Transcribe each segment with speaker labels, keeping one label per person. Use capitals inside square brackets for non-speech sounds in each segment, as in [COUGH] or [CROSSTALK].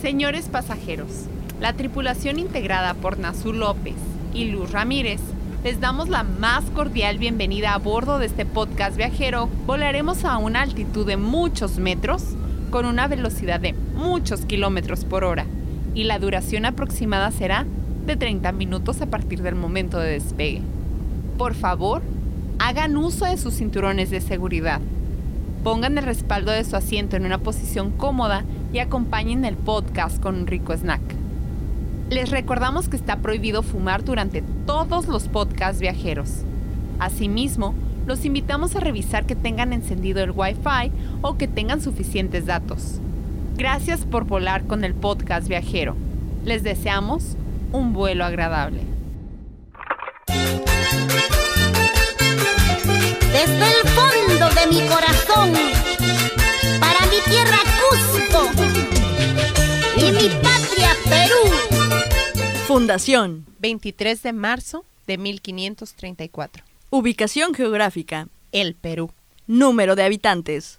Speaker 1: Señores pasajeros, la tripulación integrada por Nazú López y Luz Ramírez les damos la más cordial bienvenida a bordo de este podcast viajero. Volaremos a una altitud de muchos metros con una velocidad de muchos kilómetros por hora y la duración aproximada será de 30 minutos a partir del momento de despegue. Por favor, hagan uso de sus cinturones de seguridad. Pongan el respaldo de su asiento en una posición cómoda y acompañen el podcast con un rico snack. Les recordamos que está prohibido fumar durante todos los podcasts viajeros. Asimismo, los invitamos a revisar que tengan encendido el Wi-Fi o que tengan suficientes datos. Gracias por volar con el podcast viajero. Les deseamos un vuelo agradable.
Speaker 2: Desde el fondo de mi corazón, para mi tierra Cusco y mi patria Perú.
Speaker 3: Fundación.
Speaker 1: 23 de marzo de 1534.
Speaker 3: Ubicación geográfica.
Speaker 1: El Perú.
Speaker 3: Número de habitantes.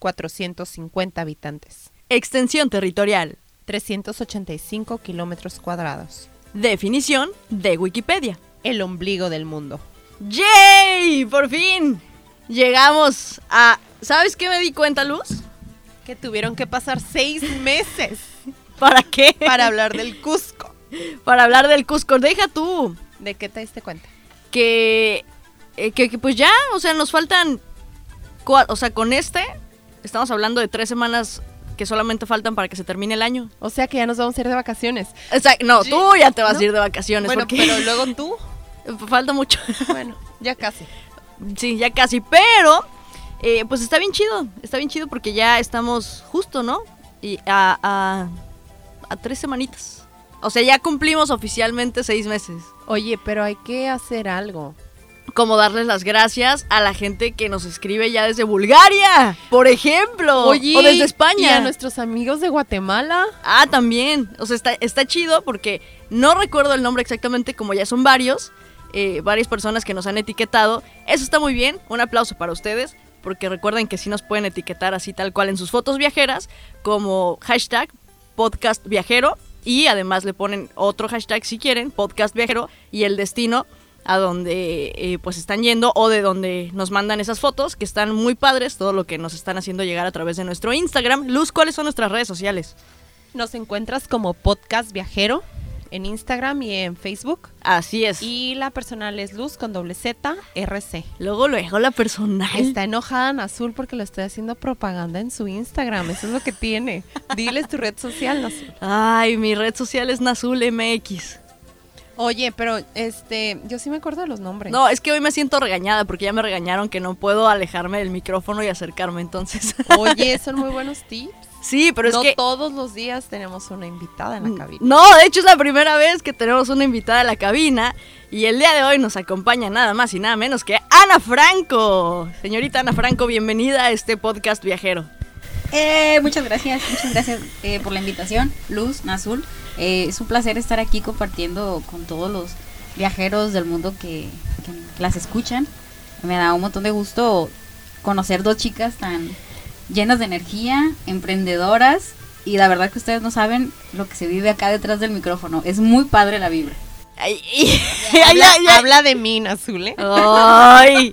Speaker 1: 428.450 habitantes.
Speaker 3: Extensión territorial.
Speaker 1: 385 kilómetros cuadrados.
Speaker 3: Definición de Wikipedia.
Speaker 1: El ombligo del mundo.
Speaker 3: ¡Yay! Por fin. Llegamos a... ¿Sabes qué me di cuenta, Luz? [LAUGHS]
Speaker 1: Que tuvieron que pasar [LAUGHS] seis meses
Speaker 3: ¿Para qué?
Speaker 1: [LAUGHS] para hablar del Cusco.
Speaker 3: [LAUGHS] Para hablar del Cusco. Deja tú.
Speaker 1: ¿De qué te diste cuenta?
Speaker 3: Que, eh, que, que pues ya, o sea, nos faltan... cua- O sea, con este estamos hablando de tres semanas que solamente faltan para que se termine el año.
Speaker 1: O sea que ya nos vamos a ir de vacaciones.
Speaker 3: O sea, no,
Speaker 1: Sí.
Speaker 3: tú ya te vas
Speaker 1: No.
Speaker 3: a ir de vacaciones
Speaker 1: Bueno,
Speaker 3: porque
Speaker 1: pero luego tú.
Speaker 3: [LAUGHS] falta mucho.
Speaker 1: [LAUGHS] Bueno, ya casi.
Speaker 3: Sí, ya casi, pero eh, pues está bien chido, está bien chido porque ya estamos justo, ¿no? Y a, a, a tres semanitas. O sea, ya cumplimos oficialmente seis meses.
Speaker 1: Oye, pero hay que hacer algo.
Speaker 3: Como darles las gracias a la gente que nos escribe ya desde Bulgaria, por ejemplo,
Speaker 1: Oye,
Speaker 3: o desde
Speaker 1: Y
Speaker 3: España.
Speaker 1: a nuestros amigos de Guatemala.
Speaker 3: Ah, también. O sea, está, está chido porque no recuerdo el nombre exactamente, como ya son varios, eh, varias personas que nos han etiquetado. Eso está muy bien. Un aplauso para ustedes, porque recuerden que sí nos pueden etiquetar así tal cual en sus fotos viajeras, como hashtag podcast viajero. Y además le ponen otro hashtag si quieren, podcast viajero, y el destino a donde eh, pues están yendo o de donde nos mandan esas fotos, que están muy padres, todo lo que nos están haciendo llegar a través de nuestro Instagram. Luz, ¿cuáles son nuestras redes sociales?
Speaker 1: Nos encuentras como Podcast Viajero en Instagram y en Facebook.
Speaker 3: Así es.
Speaker 1: Y la personal es Luz con doble Z RC.
Speaker 3: luego luego la personal.
Speaker 1: Está enojada en azul porque le estoy haciendo propaganda en su Instagram. Eso es lo que [LAUGHS] tiene. Diles tu red social, Azul.
Speaker 3: Ay, mi red social es Nazul MX.
Speaker 1: Oye, pero este, yo sí me acuerdo de los nombres.
Speaker 3: No, es que hoy me siento regañada porque ya me regañaron que no puedo alejarme del micrófono y acercarme entonces.
Speaker 1: Oye, son muy buenos [LAUGHS] tips.
Speaker 3: [LAUGHS] sí, pero es
Speaker 1: no
Speaker 3: que
Speaker 1: todos los días tenemos una invitada en la cabina. [LAUGHS]
Speaker 3: No, de hecho es la primera vez que tenemos una invitada a la cabina y el día de hoy nos acompaña nada más y nada menos que Ana Franco. Señorita Ana Franco, bienvenida a este podcast viajero.
Speaker 2: Eh, muchas gracias, muchas gracias eh, por la invitación, Luz, Nazul. Eh, es un placer estar aquí compartiendo con todos los viajeros del mundo que, que las escuchan. Me da un montón de gusto conocer dos chicas tan llenas de energía, emprendedoras y la verdad que ustedes no saben lo que se vive acá detrás del micrófono. Es muy padre la vibra.
Speaker 3: Ay, y- [LAUGHS]
Speaker 1: Habla,
Speaker 3: ay, ay, ay.
Speaker 1: habla de mí, Azul, ¿eh?
Speaker 3: Ay,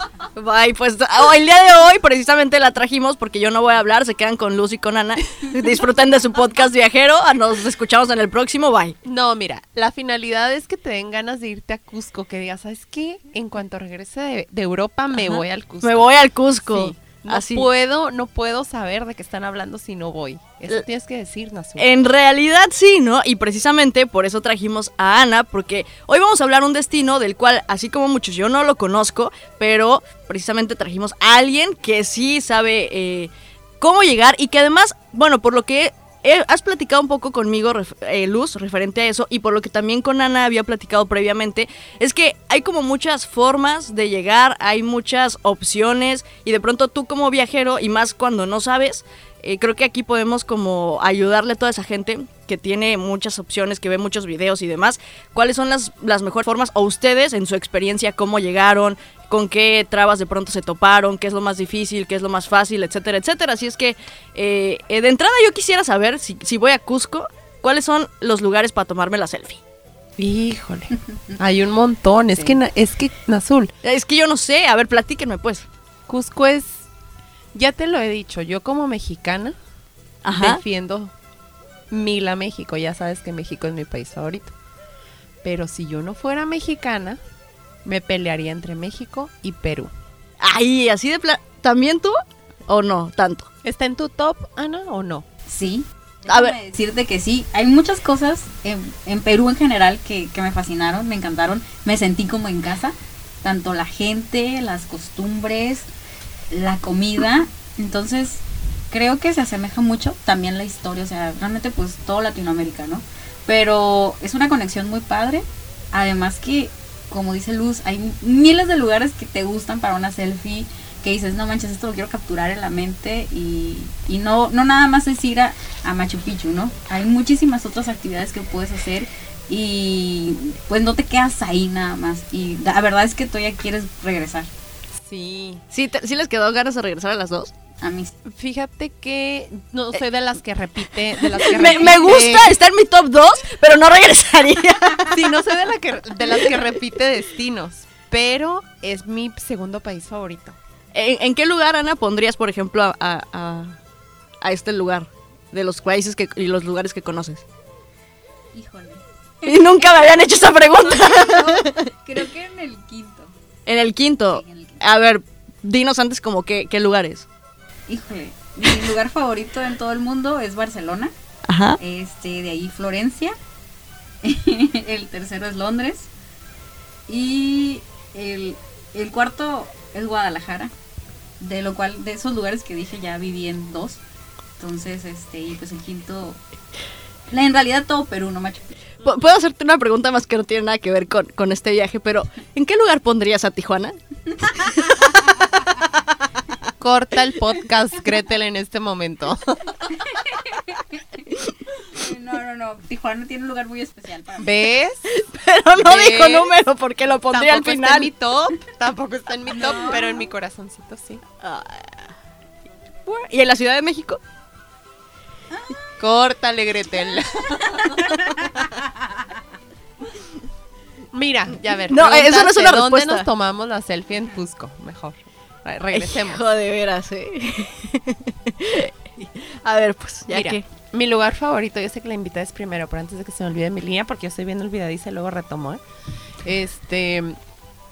Speaker 3: ay, pues oh, el día de hoy precisamente la trajimos porque yo no voy a hablar, se quedan con Luz y con Ana. Disfruten de su podcast viajero, nos escuchamos en el próximo, bye.
Speaker 1: No, mira, la finalidad es que te den ganas de irte a Cusco, que digas, ¿sabes qué? En cuanto regrese de, de Europa me
Speaker 3: Ajá.
Speaker 1: voy al Cusco.
Speaker 3: Me voy al Cusco.
Speaker 1: Sí. No
Speaker 3: Así.
Speaker 1: puedo, no puedo saber de qué están hablando si no voy. Eso
Speaker 3: L-
Speaker 1: tienes que decir, Nazul.
Speaker 3: En realidad sí, ¿no? Y precisamente por eso trajimos a Ana, porque hoy vamos a hablar un destino del cual, así como muchos, yo no lo conozco, pero precisamente trajimos a alguien que sí sabe eh, cómo llegar y que además, bueno, por lo que eh, has platicado un poco conmigo, ref- eh, Luz, referente a eso, y por lo que también con Ana había platicado previamente, es que hay como muchas formas de llegar, hay muchas opciones, y de pronto tú como viajero, y más cuando no sabes, eh, eh, creo que aquí podemos como ayudarle a toda esa gente que tiene muchas opciones, que ve muchos videos y demás, cuáles son las, las mejores formas o ustedes en su experiencia, cómo llegaron, con qué trabas de pronto se toparon, qué es lo más difícil, qué es lo más fácil, etcétera, etcétera. Así es que eh, eh, de entrada yo quisiera saber, si, si voy a Cusco, cuáles son los lugares para tomarme la selfie. [LAUGHS]
Speaker 1: Híjole, hay un montón. Es que na- es que Nazul,
Speaker 3: Es que yo no sé, a ver, platíquenme pues.
Speaker 1: Cusco es, ya te lo he dicho, yo como mexicana
Speaker 3: Ajá.
Speaker 1: defiendo mil a México. Ya sabes que México es mi país favorito. Pero si yo no fuera mexicana, me pelearía entre México y Perú.
Speaker 3: Ay, así de pla ¿También tú? ¿O no? Tanto.
Speaker 1: ¿Está en tu top, Ana, o no?
Speaker 2: Sí.
Speaker 3: A
Speaker 2: Déjame Decirte que sí. Hay muchas cosas en, en Perú en general que, que me fascinaron, me encantaron. Me sentí como en casa. Tanto la gente, las costumbres, la comida. Entonces, creo que se asemeja mucho también la historia. O sea, realmente, pues todo Latinoamérica, ¿no? Pero es una conexión muy padre. Además, que, como dice Luz, hay miles de lugares que te gustan para una selfie que dices, no manches, esto lo quiero capturar en la mente y, y no, no nada más es ir a, a Machu Picchu, ¿no? Hay muchísimas otras actividades que puedes hacer y pues no te quedas ahí nada más. Y la verdad es que todavía quieres regresar
Speaker 1: Sí.
Speaker 3: ¿Sí, te- sí les quedó ganas de regresar a las dos?
Speaker 2: a mí.
Speaker 1: Fíjate que no soy de las que repite, de
Speaker 3: [LAUGHS]
Speaker 1: las que
Speaker 3: Eh, Me, me
Speaker 1: repite.
Speaker 3: gusta, está en mi top 2, pero no regresaría.
Speaker 1: Sí, no soy de, la que, de las que repite destinos, pero es mi segundo país favorito.
Speaker 3: [LAUGHS] ¿En, en qué lugar, Ana, pondrías, por ejemplo, a, a- a- a este lugar? De los países que, y los lugares que conoces.
Speaker 2: Híjole.
Speaker 3: Y nunca me habían hecho esa pregunta.
Speaker 2: Creo que en el quinto.
Speaker 3: En el quinto.
Speaker 2: Sí, en el quinto.
Speaker 3: A ver, dinos antes como qué, qué lugares.
Speaker 2: Híjole. Mi lugar favorito en todo el mundo es Barcelona.
Speaker 3: Ajá.
Speaker 2: Este, de ahí Florencia. [LAUGHS] el tercero es Londres. Y el, el cuarto es Guadalajara. De lo cual, de esos lugares que dije, ya viví en dos. Entonces, este, y pues el quinto. la- En realidad todo Perú, no Machu Picchu.
Speaker 3: Pu- Puedo hacerte una pregunta más que no tiene nada que ver con, con este viaje, pero ¿en qué lugar pondrías a Tijuana? [LAUGHS]
Speaker 1: Corta el podcast, Gretel, en este momento.
Speaker 2: [LAUGHS] No, no, no. Tijuana tiene un lugar muy especial para mí.
Speaker 1: ¿Ves?
Speaker 3: Pero no
Speaker 1: ¿Ves?
Speaker 3: dijo número porque lo pondría
Speaker 1: tampoco
Speaker 3: al
Speaker 1: está en mi
Speaker 3: final.
Speaker 1: top, tampoco está en mi top, pero en mi corazoncito sí.
Speaker 3: ¿Y en la Ciudad de México?
Speaker 1: Córtale, Gretel. Mira, ya ver.
Speaker 3: No, eh, eso no es
Speaker 1: preguntaste,
Speaker 3: una
Speaker 1: ¿Dónde
Speaker 3: respuesta.
Speaker 1: nos tomamos la selfie en Cusco? Mejor. Re- Regresemos.
Speaker 3: Hijo de veras, ¿eh? a ver, pues, ya
Speaker 1: Mira,
Speaker 3: que...
Speaker 1: mi lugar favorito, yo sé que la invitada es primero, pero antes de que se me olvide mi línea, porque yo estoy bien olvidadiza y luego retomo, ¿eh? Este,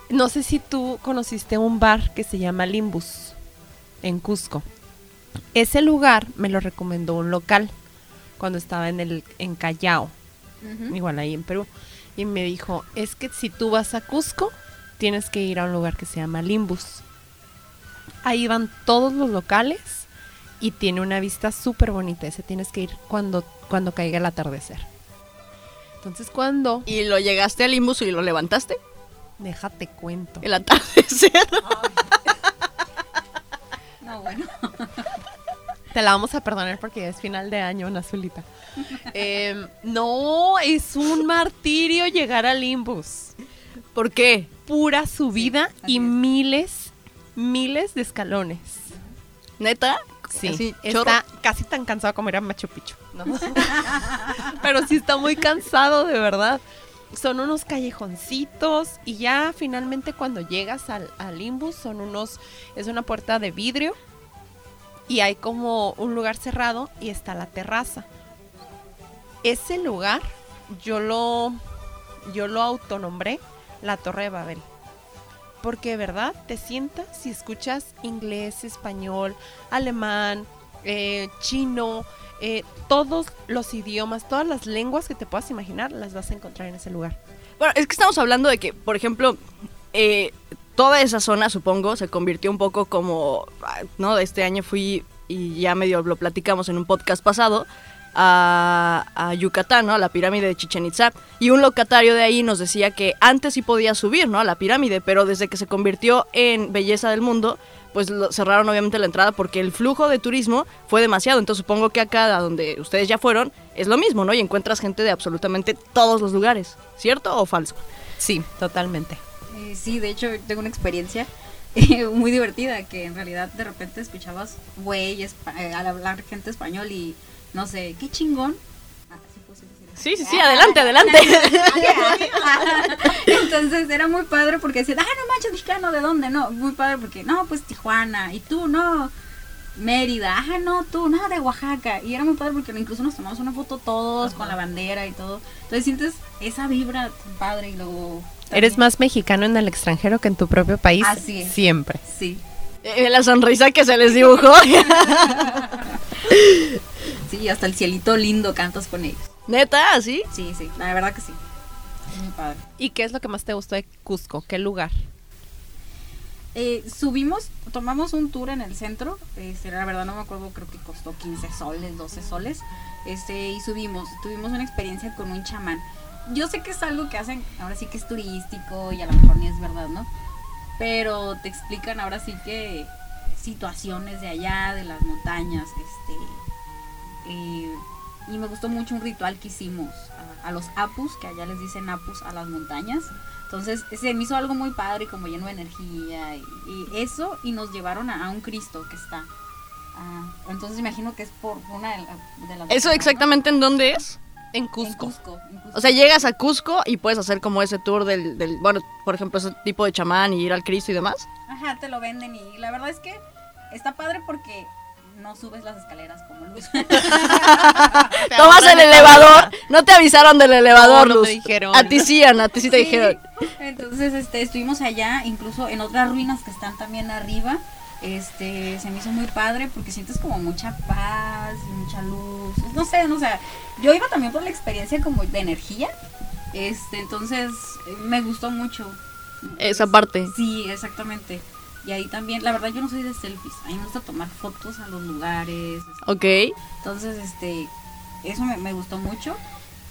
Speaker 1: no sé si tú conociste un bar que se llama Limbus, en Cusco. Ese lugar me lo recomendó un local cuando estaba en, el, en Callao,
Speaker 2: Ujú.
Speaker 1: igual ahí en Perú, y me dijo, es que si tú vas a Cusco, tienes que ir a un lugar que se llama Limbus. Ahí van todos los locales y tiene una vista súper bonita. Ese tienes que ir cuando, cuando caiga el atardecer. Entonces, cuando...
Speaker 3: Y lo llegaste al Imbus y lo levantaste
Speaker 1: Déjate cuento.
Speaker 3: el atardecer.
Speaker 2: No, bueno.
Speaker 1: Te la vamos a perdonar porque ya es final de año, una azulita. Em, no, es un martirio llegar al Limbus.
Speaker 3: ¿Por qué?
Speaker 1: Pura subida
Speaker 2: así
Speaker 1: y
Speaker 2: es.
Speaker 1: miles, miles de escalones.
Speaker 3: ¿Neta?
Speaker 1: Sí,
Speaker 3: Así, chorro.
Speaker 1: está casi tan cansado como ir a Machu Picchu. ¿no?
Speaker 3: [LAUGHS]
Speaker 1: Pero sí está muy cansado, de verdad. Son unos callejoncitos y ya finalmente cuando llegas al, al Imbus son unos, es una puerta de vidrio y hay como un lugar cerrado y está la terraza. Ese lugar yo lo, yo lo autonombré la Torre de Babel. Porque de verdad te sientas y escuchas inglés, español, alemán, eh, chino, eh, todos los idiomas, todas las lenguas que te puedas imaginar las vas a encontrar en ese lugar.
Speaker 3: Bueno, es que estamos hablando de que, por ejemplo, eh, toda esa zona, supongo, se convirtió un poco como, ah, ¿no? Este año fui y ya medio lo platicamos en un podcast pasado a, a Yucatán, ¿no? A la pirámide de Chichen Itza. Y un locatario de ahí nos decía que antes sí podía subir, ¿no? A la pirámide, pero desde que se convirtió en belleza del mundo, pues lo- cerraron obviamente la entrada porque el flujo de turismo fue demasiado. Entonces supongo que acá, a donde ustedes ya fueron, es lo mismo, ¿no? Y encuentras gente de absolutamente todos los lugares, ¿cierto o falso?
Speaker 1: Sí, totalmente.
Speaker 2: Eh, sí, de hecho tengo una experiencia [LAUGHS] eh, muy divertida que en realidad de repente escuchabas güey espa- eh, al hablar gente español y no sé, qué chingón. Ah, sí puedo decir eso.
Speaker 3: Sí, sí, sí, adelante, adelante. ah,
Speaker 2: [LAUGHS] Entonces era muy padre porque decían, ah, no manches, mexicano, ¿de dónde? No, muy padre porque, no, pues Tijuana, y tú, no, Mérida, ah, no, tú, no, de Oaxaca. Y era muy padre porque incluso nos tomamos una foto todos con la bandera y todo. Entonces sientes esa vibra tan padre y luego...
Speaker 1: Eres
Speaker 2: también-
Speaker 1: más mexicano en el extranjero que en tu propio país.
Speaker 2: Así es.
Speaker 1: Siempre.
Speaker 2: Sí,
Speaker 3: Eh, [LAUGHS] la sonrisa que se les dibujó. [LAUGHS]
Speaker 2: sí, hasta el cielito lindo cantas con ellos.
Speaker 3: Neta, así.
Speaker 2: Sí, sí, la verdad que sí. Es muy padre.
Speaker 1: ¿Y qué es lo que más te gustó de Cusco? ¿Qué lugar?
Speaker 2: Eh, subimos, tomamos un tour en el centro, este, la verdad no me acuerdo, creo que costó 15 soles, 12 soles, este, y subimos, tuvimos una experiencia con un chamán. Yo sé que es algo que hacen, ahora sí que es turístico y a lo mejor ni es verdad, ¿no? Pero te explican ahora sí que situaciones de allá, de las montañas, este, eh, y me gustó mucho un ritual que hicimos a, a los apus, que allá les dicen apus a las montañas. Entonces se me hizo algo muy padre, y como lleno de energía y, y eso, y nos llevaron a, a un Cristo que está. ah, entonces imagino que es por una de, la- de las...
Speaker 3: ¿Eso exactamente en dónde es?
Speaker 1: En
Speaker 2: En
Speaker 1: Cusco.
Speaker 2: Cusco, en Cusco.
Speaker 3: O sea, llegas a Cusco y puedes hacer como ese tour del, del bueno, por ejemplo, ese tipo de chamán y ir al Cristo y demás.
Speaker 2: Ajá, te lo venden y la verdad es que está padre porque no subes las escaleras
Speaker 3: [LAUGHS]
Speaker 2: como luz.
Speaker 3: Tomas el elevador. No te avisaron del elevador,
Speaker 1: No, no
Speaker 3: Luz.
Speaker 1: me dijeron.
Speaker 3: A ti sí, Ana, a ti sí te
Speaker 2: Sí.
Speaker 3: dijeron.
Speaker 2: Entonces, este, estuvimos allá, incluso en otras ruinas que están también arriba. Este, se me hizo muy padre porque sientes como mucha paz, y mucha luz. No sé, no sé. Yo iba también por la experiencia como de energía. Este, entonces eh, me gustó mucho.
Speaker 3: Esa parte.
Speaker 2: Sí, exactamente. Y ahí también, la verdad yo no soy de selfies. A mí me gusta tomar fotos a los lugares. este,
Speaker 3: Ok. Eh,
Speaker 2: Entonces, este, eso me, me gustó mucho.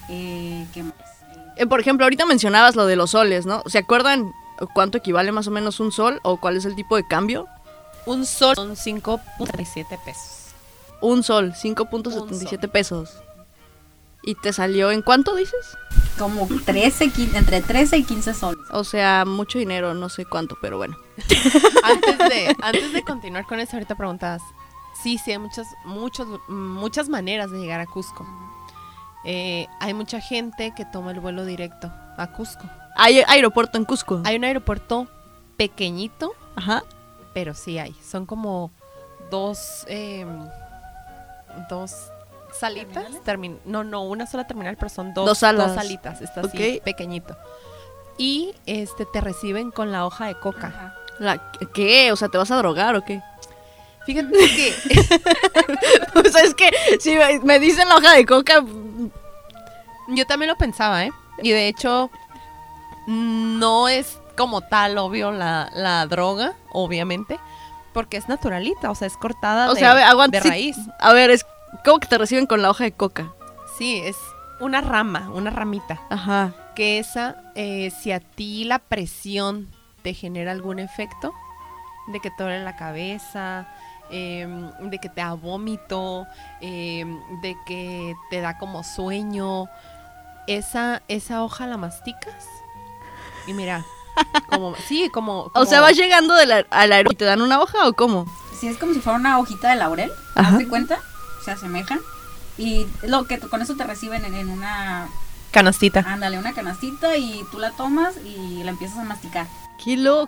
Speaker 2: Eh, ¿Qué más? Eh,
Speaker 3: Eh, por ejemplo, ahorita mencionabas lo de los soles, ¿no? ¿Se acuerdan cuánto equivale más o menos un sol o cuál es el tipo de cambio?
Speaker 1: Un sol son 5.37 pesos.
Speaker 3: Un
Speaker 1: Un
Speaker 3: sol, 5.77
Speaker 1: sol.
Speaker 3: pesos. ¿Y te salió en cuánto dices?
Speaker 2: como 13, quin- entre 13 y 15 soles.
Speaker 3: O sea, mucho dinero, no sé cuánto, pero bueno.
Speaker 1: Antes [LAUGHS] de, antes de continuar con eso, ahorita preguntabas. Sí, sí, hay muchas, muchos, muchas maneras de llegar a Cusco. Eh, hay mucha gente que toma el vuelo directo a Cusco.
Speaker 3: Hay aeropuerto en Cusco.
Speaker 1: Hay un aeropuerto pequeñito,
Speaker 3: Ajá.
Speaker 1: pero sí hay. Son como dos, eh, dos salitas. termin- no, no, una sola terminal, pero son dos,
Speaker 3: Dos salas.
Speaker 1: salitas. Está así,
Speaker 3: Ok.
Speaker 1: pequeñito. Y este te reciben con la hoja de coca.
Speaker 2: Ajá.
Speaker 3: La- ¿Qué? O sea, ¿te vas a drogar o qué? [LAUGHS]
Speaker 1: Fíjate que [LAUGHS]
Speaker 3: o sea, es que si me- me dicen la hoja de coca,
Speaker 1: yo también lo pensaba, ¿eh? Y de hecho, no es como tal, obvio, la, la droga, obviamente, porque es naturalita, o sea, es cortada
Speaker 3: o
Speaker 1: de,
Speaker 3: sea, a ver, aguanta.
Speaker 1: de
Speaker 3: sí-
Speaker 1: raíz.
Speaker 3: a ver, es como que te reciben con la hoja de coca.
Speaker 1: Sí, es una rama, una ramita.
Speaker 3: Ajá.
Speaker 1: que esa, eh, si a ti la presión te genera algún efecto, de que te duele la cabeza, em, de que te da vómito, em, de que te da como sueño, esa, esa hoja la masticas y mira, como, sí, como...
Speaker 3: [LAUGHS] O
Speaker 1: como-
Speaker 3: sea, vas llegando del aer- al aeropuerto y te dan una hoja o cómo?
Speaker 2: Sí, es como si fuera una hojita de laurel,
Speaker 3: Ajá.
Speaker 2: ¿haz de cuenta? Se asemejan. Y lo que con eso te reciben en, en una,
Speaker 1: Canastita.
Speaker 2: ándale, una canastita y tú la tomas y la empiezas a masticar.
Speaker 3: ¡Qué loco!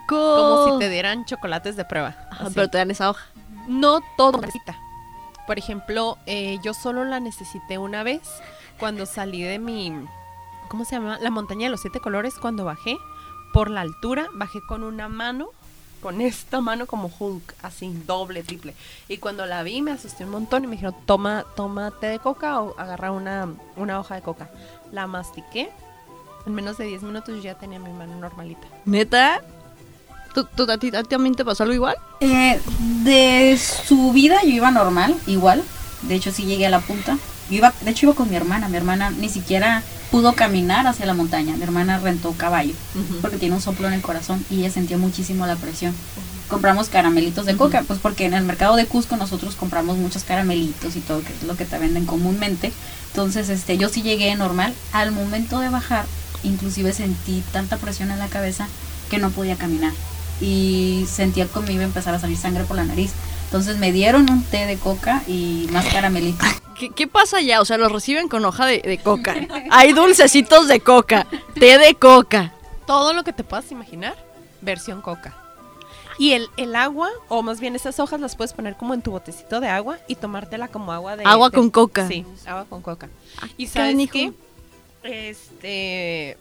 Speaker 1: Como si te dieran chocolates de prueba.
Speaker 3: Oh. Ajá,
Speaker 1: así.
Speaker 3: pero te dan esa hoja.
Speaker 1: No todo necesita. Por ejemplo, eh, yo solo la necesité una vez cuando salí de mi, ¿cómo se llama? La montaña de los siete colores, cuando bajé por la altura, bajé con una mano, con esta mano como Hulk, así doble, triple. Y cuando la vi me asusté un montón y me dijeron, toma, toma té de coca o agarra una, una hoja de coca. La mastiqué. En menos de 10 minutos yo ya tenía mi mano normalita.
Speaker 3: ¿Neta? ¿Tú, tú- a, ti, a ti también te pasó algo igual?
Speaker 2: Eh, de su vida yo iba normal, igual. De hecho, sí llegué a la punta. Yo iba, de hecho, iba con mi hermana. Mi hermana ni siquiera pudo caminar hacia la montaña. Mi hermana rentó caballo porque tiene un soplo en el corazón y ella sentía muchísimo la presión. compramos caramelitos de coca, pues porque en el mercado de Cusco nosotros compramos muchos caramelitos y todo que es lo que te venden comúnmente. Entonces, este, yo sí llegué normal. Al momento de bajar, inclusive sentí tanta presión en la cabeza que no podía caminar y sentía que me iba a empezar a salir sangre por la nariz. Entonces me dieron un té de coca y más caramelitos.
Speaker 3: ¿Qué, qué pasa allá? O sea, los reciben con hoja de, de coca.
Speaker 1: [LAUGHS]
Speaker 3: Hay dulcecitos de coca, té de coca.
Speaker 1: Todo lo que te puedas imaginar, versión coca. Y el, el agua, o más bien esas hojas las puedes poner como en tu botecito de agua y tomártela como agua de...
Speaker 3: Agua
Speaker 1: de-
Speaker 3: con coca.
Speaker 1: Sí, agua con coca. Y
Speaker 3: qué
Speaker 1: sabes
Speaker 3: canijo.
Speaker 1: qué? Este...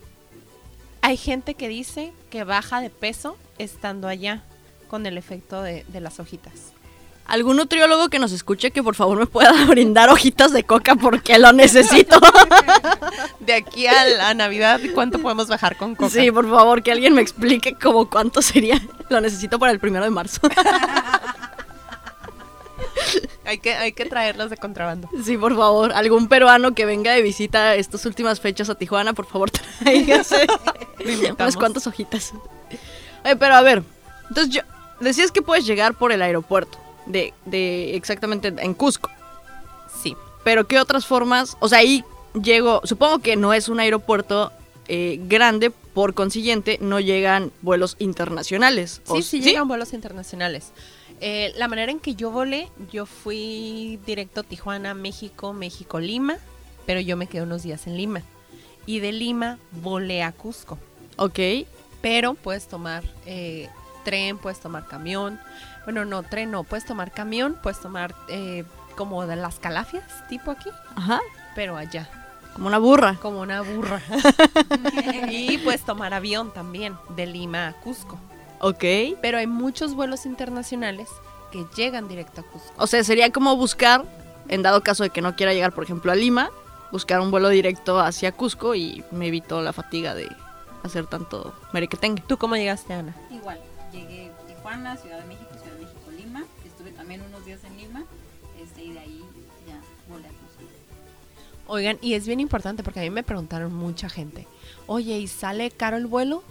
Speaker 1: Hay gente que dice que baja de peso estando allá con el efecto de, de las hojitas.
Speaker 3: ¿Algún nutriólogo que nos escuche que por favor me pueda [LAUGHS] brindar hojitas de coca porque
Speaker 1: [LAUGHS]
Speaker 3: lo necesito?
Speaker 1: De aquí a la Navidad, ¿cuánto podemos bajar con coca?
Speaker 3: Sí, por favor, que alguien me explique como cuánto sería. [LAUGHS] Lo necesito para el primero
Speaker 1: [LAUGHS]
Speaker 3: de marzo.
Speaker 1: Hay que, hay que traerlas de contrabando.
Speaker 3: Sí, por favor, algún peruano que venga de visita estas últimas fechas a Tijuana, por favor, [LAUGHS] tráigase
Speaker 1: Lo
Speaker 3: unas
Speaker 1: invitamos.
Speaker 3: cuantas hojitas. Oye, pero a ver, entonces yo, decías que puedes llegar por el aeropuerto, de, de exactamente en Cusco,
Speaker 1: Sí.
Speaker 3: pero ¿qué otras formas? O sea, ahí llego, supongo que no es un aeropuerto eh, grande, por consiguiente no llegan vuelos internacionales. ¿o
Speaker 1: Sí, sí, llegan vuelos internacionales. Eh, la manera en que yo volé, yo fui directo a Tijuana, México, México, Lima, pero yo me quedé unos días en Lima. Y de Lima volé a Cusco.
Speaker 3: Ok,
Speaker 1: Pero puedes tomar eh, tren, puedes tomar camión. Bueno, no, tren no, puedes tomar camión, puedes tomar eh, como de las calafias, tipo aquí,
Speaker 3: ajá,
Speaker 1: pero allá,
Speaker 3: como una burra.
Speaker 1: como una burra. [LAUGHS] y puedes tomar avión también, de Lima a Cusco.
Speaker 3: Ok.
Speaker 1: pero hay muchos vuelos internacionales que llegan directo a Cusco.
Speaker 3: O sea, sería como buscar, en dado caso de que no quiera llegar, por ejemplo, a Lima, buscar un vuelo directo hacia Cusco y me evito la fatiga de hacer tanto merequetengue.
Speaker 1: ¿Tú cómo llegaste, Ana?
Speaker 2: Igual, llegué a Tijuana, Ciudad de México, Ciudad de México, Lima. Estuve también unos días en Lima este, y de ahí ya volé a Cusco.
Speaker 1: Oigan, y es bien importante porque a mí me preguntaron mucha gente, oye, ¿y sale caro el vuelo?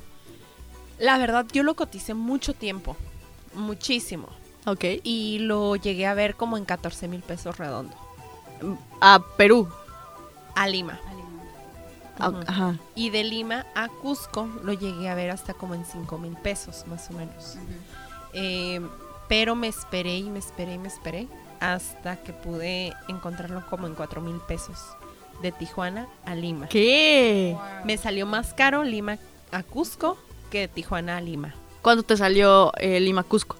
Speaker 1: La verdad, yo lo coticé mucho tiempo, muchísimo,
Speaker 3: Ok.
Speaker 1: y lo llegué a ver como en 14 mil pesos redondo,
Speaker 3: A Perú.
Speaker 1: a Lima.
Speaker 2: a Lima.
Speaker 3: A-
Speaker 1: Ujú.
Speaker 3: Ajá.
Speaker 1: Y de Lima a Cusco lo llegué a ver hasta como en 5 mil pesos, más o menos.
Speaker 2: Ujú.
Speaker 1: Eh, pero me esperé y me esperé y me esperé hasta que pude encontrarlo como en 4 mil pesos de Tijuana a Lima.
Speaker 3: ¿Qué?
Speaker 1: Me salió más caro Lima a Cusco que de Tijuana a Lima.
Speaker 3: ¿Cuánto te salió eh, Lima Cusco?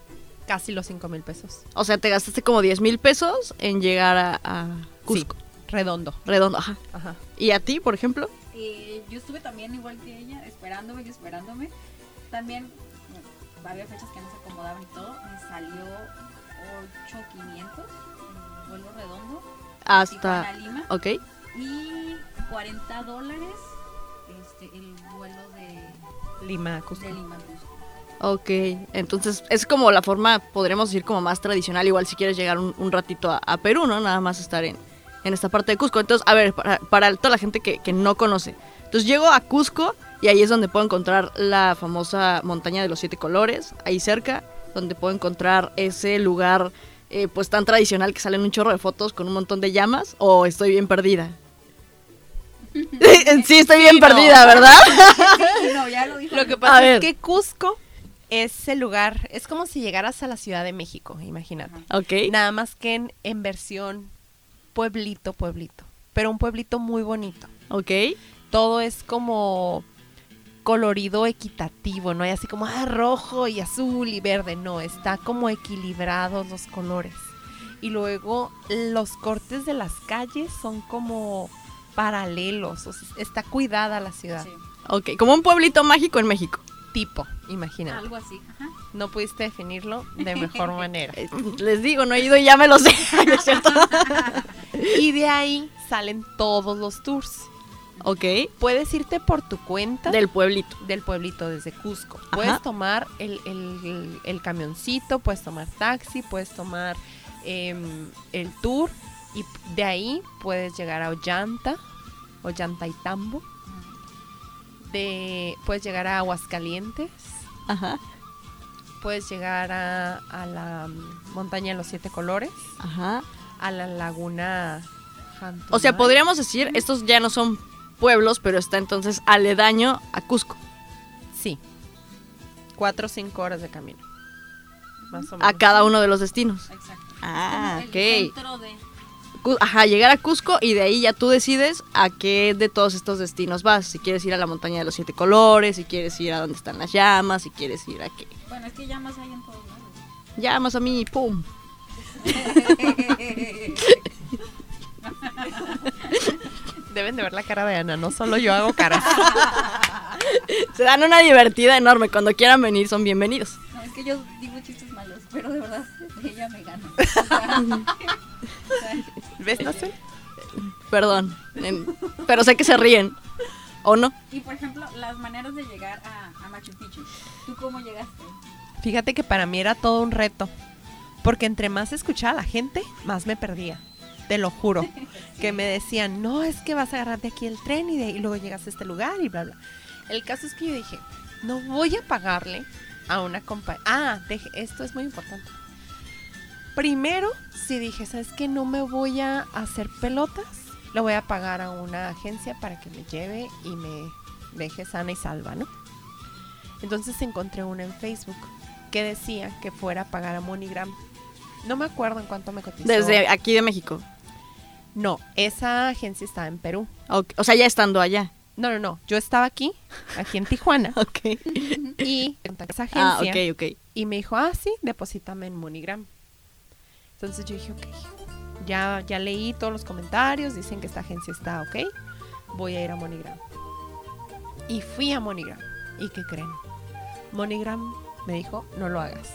Speaker 1: Casi los 5 mil pesos.
Speaker 3: O sea, te gastaste como 10 mil pesos en llegar a, a Cusco.
Speaker 1: Redondo.
Speaker 3: Redondo, ajá.
Speaker 1: Ajá.
Speaker 3: ¿Y a ti, por ejemplo?
Speaker 2: Eh, yo estuve también igual que ella, esperándome y esperándome. También bueno, había fechas que no se acomodaban y todo. Me salió 8,500 en vuelo redondo. Tijuana a
Speaker 3: Hasta...
Speaker 2: Lima.
Speaker 3: Ok.
Speaker 2: Y 40 dólares este, el vuelo de,
Speaker 1: Lima a Cusco.
Speaker 2: de Lima pues. a Cusco.
Speaker 3: Ok, entonces es como la forma, podríamos decir, como más tradicional, igual si quieres llegar un, un ratito a, a Perú, ¿no? Nada más estar en, en esta parte de Cusco. Entonces, a ver, para, para toda la gente que, que no conoce. Entonces llego a Cusco y ahí es donde puedo encontrar la famosa montaña de los siete colores, ahí cerca, donde puedo encontrar ese lugar eh, pues tan tradicional que salen un chorro de fotos con un montón de llamas, o estoy
Speaker 1: [LAUGHS]
Speaker 3: bien perdida. [LAUGHS] sí, estoy bien perdida, ¿verdad?
Speaker 2: Sí, no, ya
Speaker 3: [LAUGHS]
Speaker 2: lo dijo.
Speaker 1: Lo que
Speaker 3: A
Speaker 1: pasa
Speaker 3: ver.
Speaker 1: Pues es que Cusco es el lugar, es como si llegaras a la Ciudad de México, imagínate.
Speaker 3: Ok.
Speaker 1: Nada más que en, en versión pueblito, pueblito. Pero un pueblito muy bonito.
Speaker 3: Ok.
Speaker 1: todo es como colorido equitativo, no hay así como ah, rojo y azul y verde, no, está como equilibrados los colores. Y luego los cortes de las calles son como paralelos, o sea, está cuidada la ciudad.
Speaker 2: Sí,
Speaker 3: Ok, como un pueblito mágico en México.
Speaker 1: Tipo, imagínate.
Speaker 2: algo así. Ajá.
Speaker 1: No pudiste definirlo de [LAUGHS] mejor manera.
Speaker 3: Eh, Les digo, no he ido y ya me lo sé, [LAUGHS] ¿no es cierto?
Speaker 1: Y de ahí salen todos los tours.
Speaker 3: ok,
Speaker 1: Puedes irte por tu cuenta.
Speaker 3: del pueblito.
Speaker 1: del pueblito desde Cusco. Puedes
Speaker 3: Ajá.
Speaker 1: tomar el, el- el camioncito, puedes tomar taxi, puedes tomar em, el tour y de ahí puedes llegar a Ollanta, Ollanta y Tambo.
Speaker 2: Mm,
Speaker 1: De, puedes llegar a Aguascalientes
Speaker 3: Ajá.
Speaker 1: Puedes llegar a, a la mm, montaña de los siete colores,
Speaker 3: Ajá.
Speaker 1: a la laguna Hantuman.
Speaker 3: O sea, podríamos decir, estos ya no son pueblos, pero está entonces aledaño a Cusco.
Speaker 1: Sí. Cuatro o cinco horas de camino. Más o menos.
Speaker 3: A cada uno de los destinos.
Speaker 2: Exacto.
Speaker 3: Ah,
Speaker 2: El
Speaker 3: ok.
Speaker 2: centro de-
Speaker 3: Cu- Ajá, llegar a Cusco y de ahí ya tú decides a qué de todos estos destinos vas. Si quieres ir a la montaña de los siete colores, si quieres ir a donde están las llamas, si quieres ir a qué.
Speaker 2: Bueno, es que llamas hay en todos lados.
Speaker 3: [LAUGHS] Llamas a mí, pum. [LAUGHS]
Speaker 1: Deben de ver la cara de Ana, no solo yo hago caras.
Speaker 3: Se dan una divertida enorme. Cuando quieran venir, son bienvenidos.
Speaker 2: No, es que yo digo chistes malos, pero de verdad ella me gana.
Speaker 1: ¿Ves, Nazul?
Speaker 3: Perdón. En- Pero sé que se ríen. ¿O no?
Speaker 2: y por ejemplo, las maneras de llegar a, a Machu Picchu. ¿Tú cómo llegaste?
Speaker 1: Fíjate que para mí era todo un reto. Porque entre más escuchaba a la gente, más me perdía. Te lo juro. Que me decían, no, es que vas a agarrar de aquí el tren y, de, y luego llegas a este lugar y bla, bla. El caso es que yo dije, no voy a pagarle a una compañía. Ah, deje- esto es muy importante. Primero, si dije, ¿sabes qué? No me voy a hacer pelotas. Le voy a pagar a una agencia para que me lleve y me deje sana y salva, ¿no? Entonces encontré una en Facebook que decía que fuera a pagar a MoneyGram. No me acuerdo en cuánto me cotizó.
Speaker 3: Desde aquí de México.
Speaker 1: No, esa agencia estaba en Perú.
Speaker 3: Ok, O sea, ya estando allá.
Speaker 1: No, no, no. Yo estaba aquí, aquí en Tijuana,
Speaker 3: [LAUGHS] Ok.
Speaker 1: y contacté a esa agencia.
Speaker 3: Ah, ok, ok.
Speaker 1: Y me dijo, ah, sí, deposítame en MoneyGram. Entonces yo dije, ok, ya, ya leí todos los comentarios, dicen que esta agencia está ok, voy a ir a MoneyGram. Y fui a MoneyGram. ¿Y qué creen? MoneyGram me dijo, no lo hagas.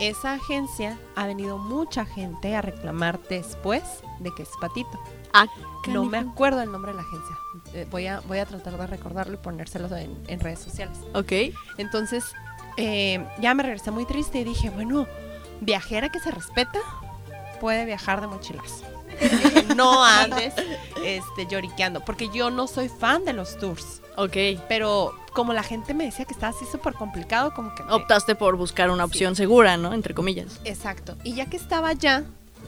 Speaker 1: Esa agencia ha venido mucha gente a reclamar después de que es patito.
Speaker 3: Ah,
Speaker 1: No
Speaker 3: canijo.
Speaker 1: me acuerdo el nombre de la agencia. Eh, voy, a, voy a tratar de recordarlo y ponérselos en- en redes sociales.
Speaker 3: Ok.
Speaker 1: Entonces, eh, ya me regresé muy triste y dije, bueno, viajera que se respeta puede viajar de mochilazo. [LAUGHS] no andes este, lloriqueando, porque yo no soy fan de los tours.
Speaker 3: Ok.
Speaker 1: Pero como la gente me decía que estaba así súper complicado, como que... me-
Speaker 3: Optaste por buscar una opción segura, ¿no? Entre comillas.
Speaker 1: Exacto. Y ya que estaba allá,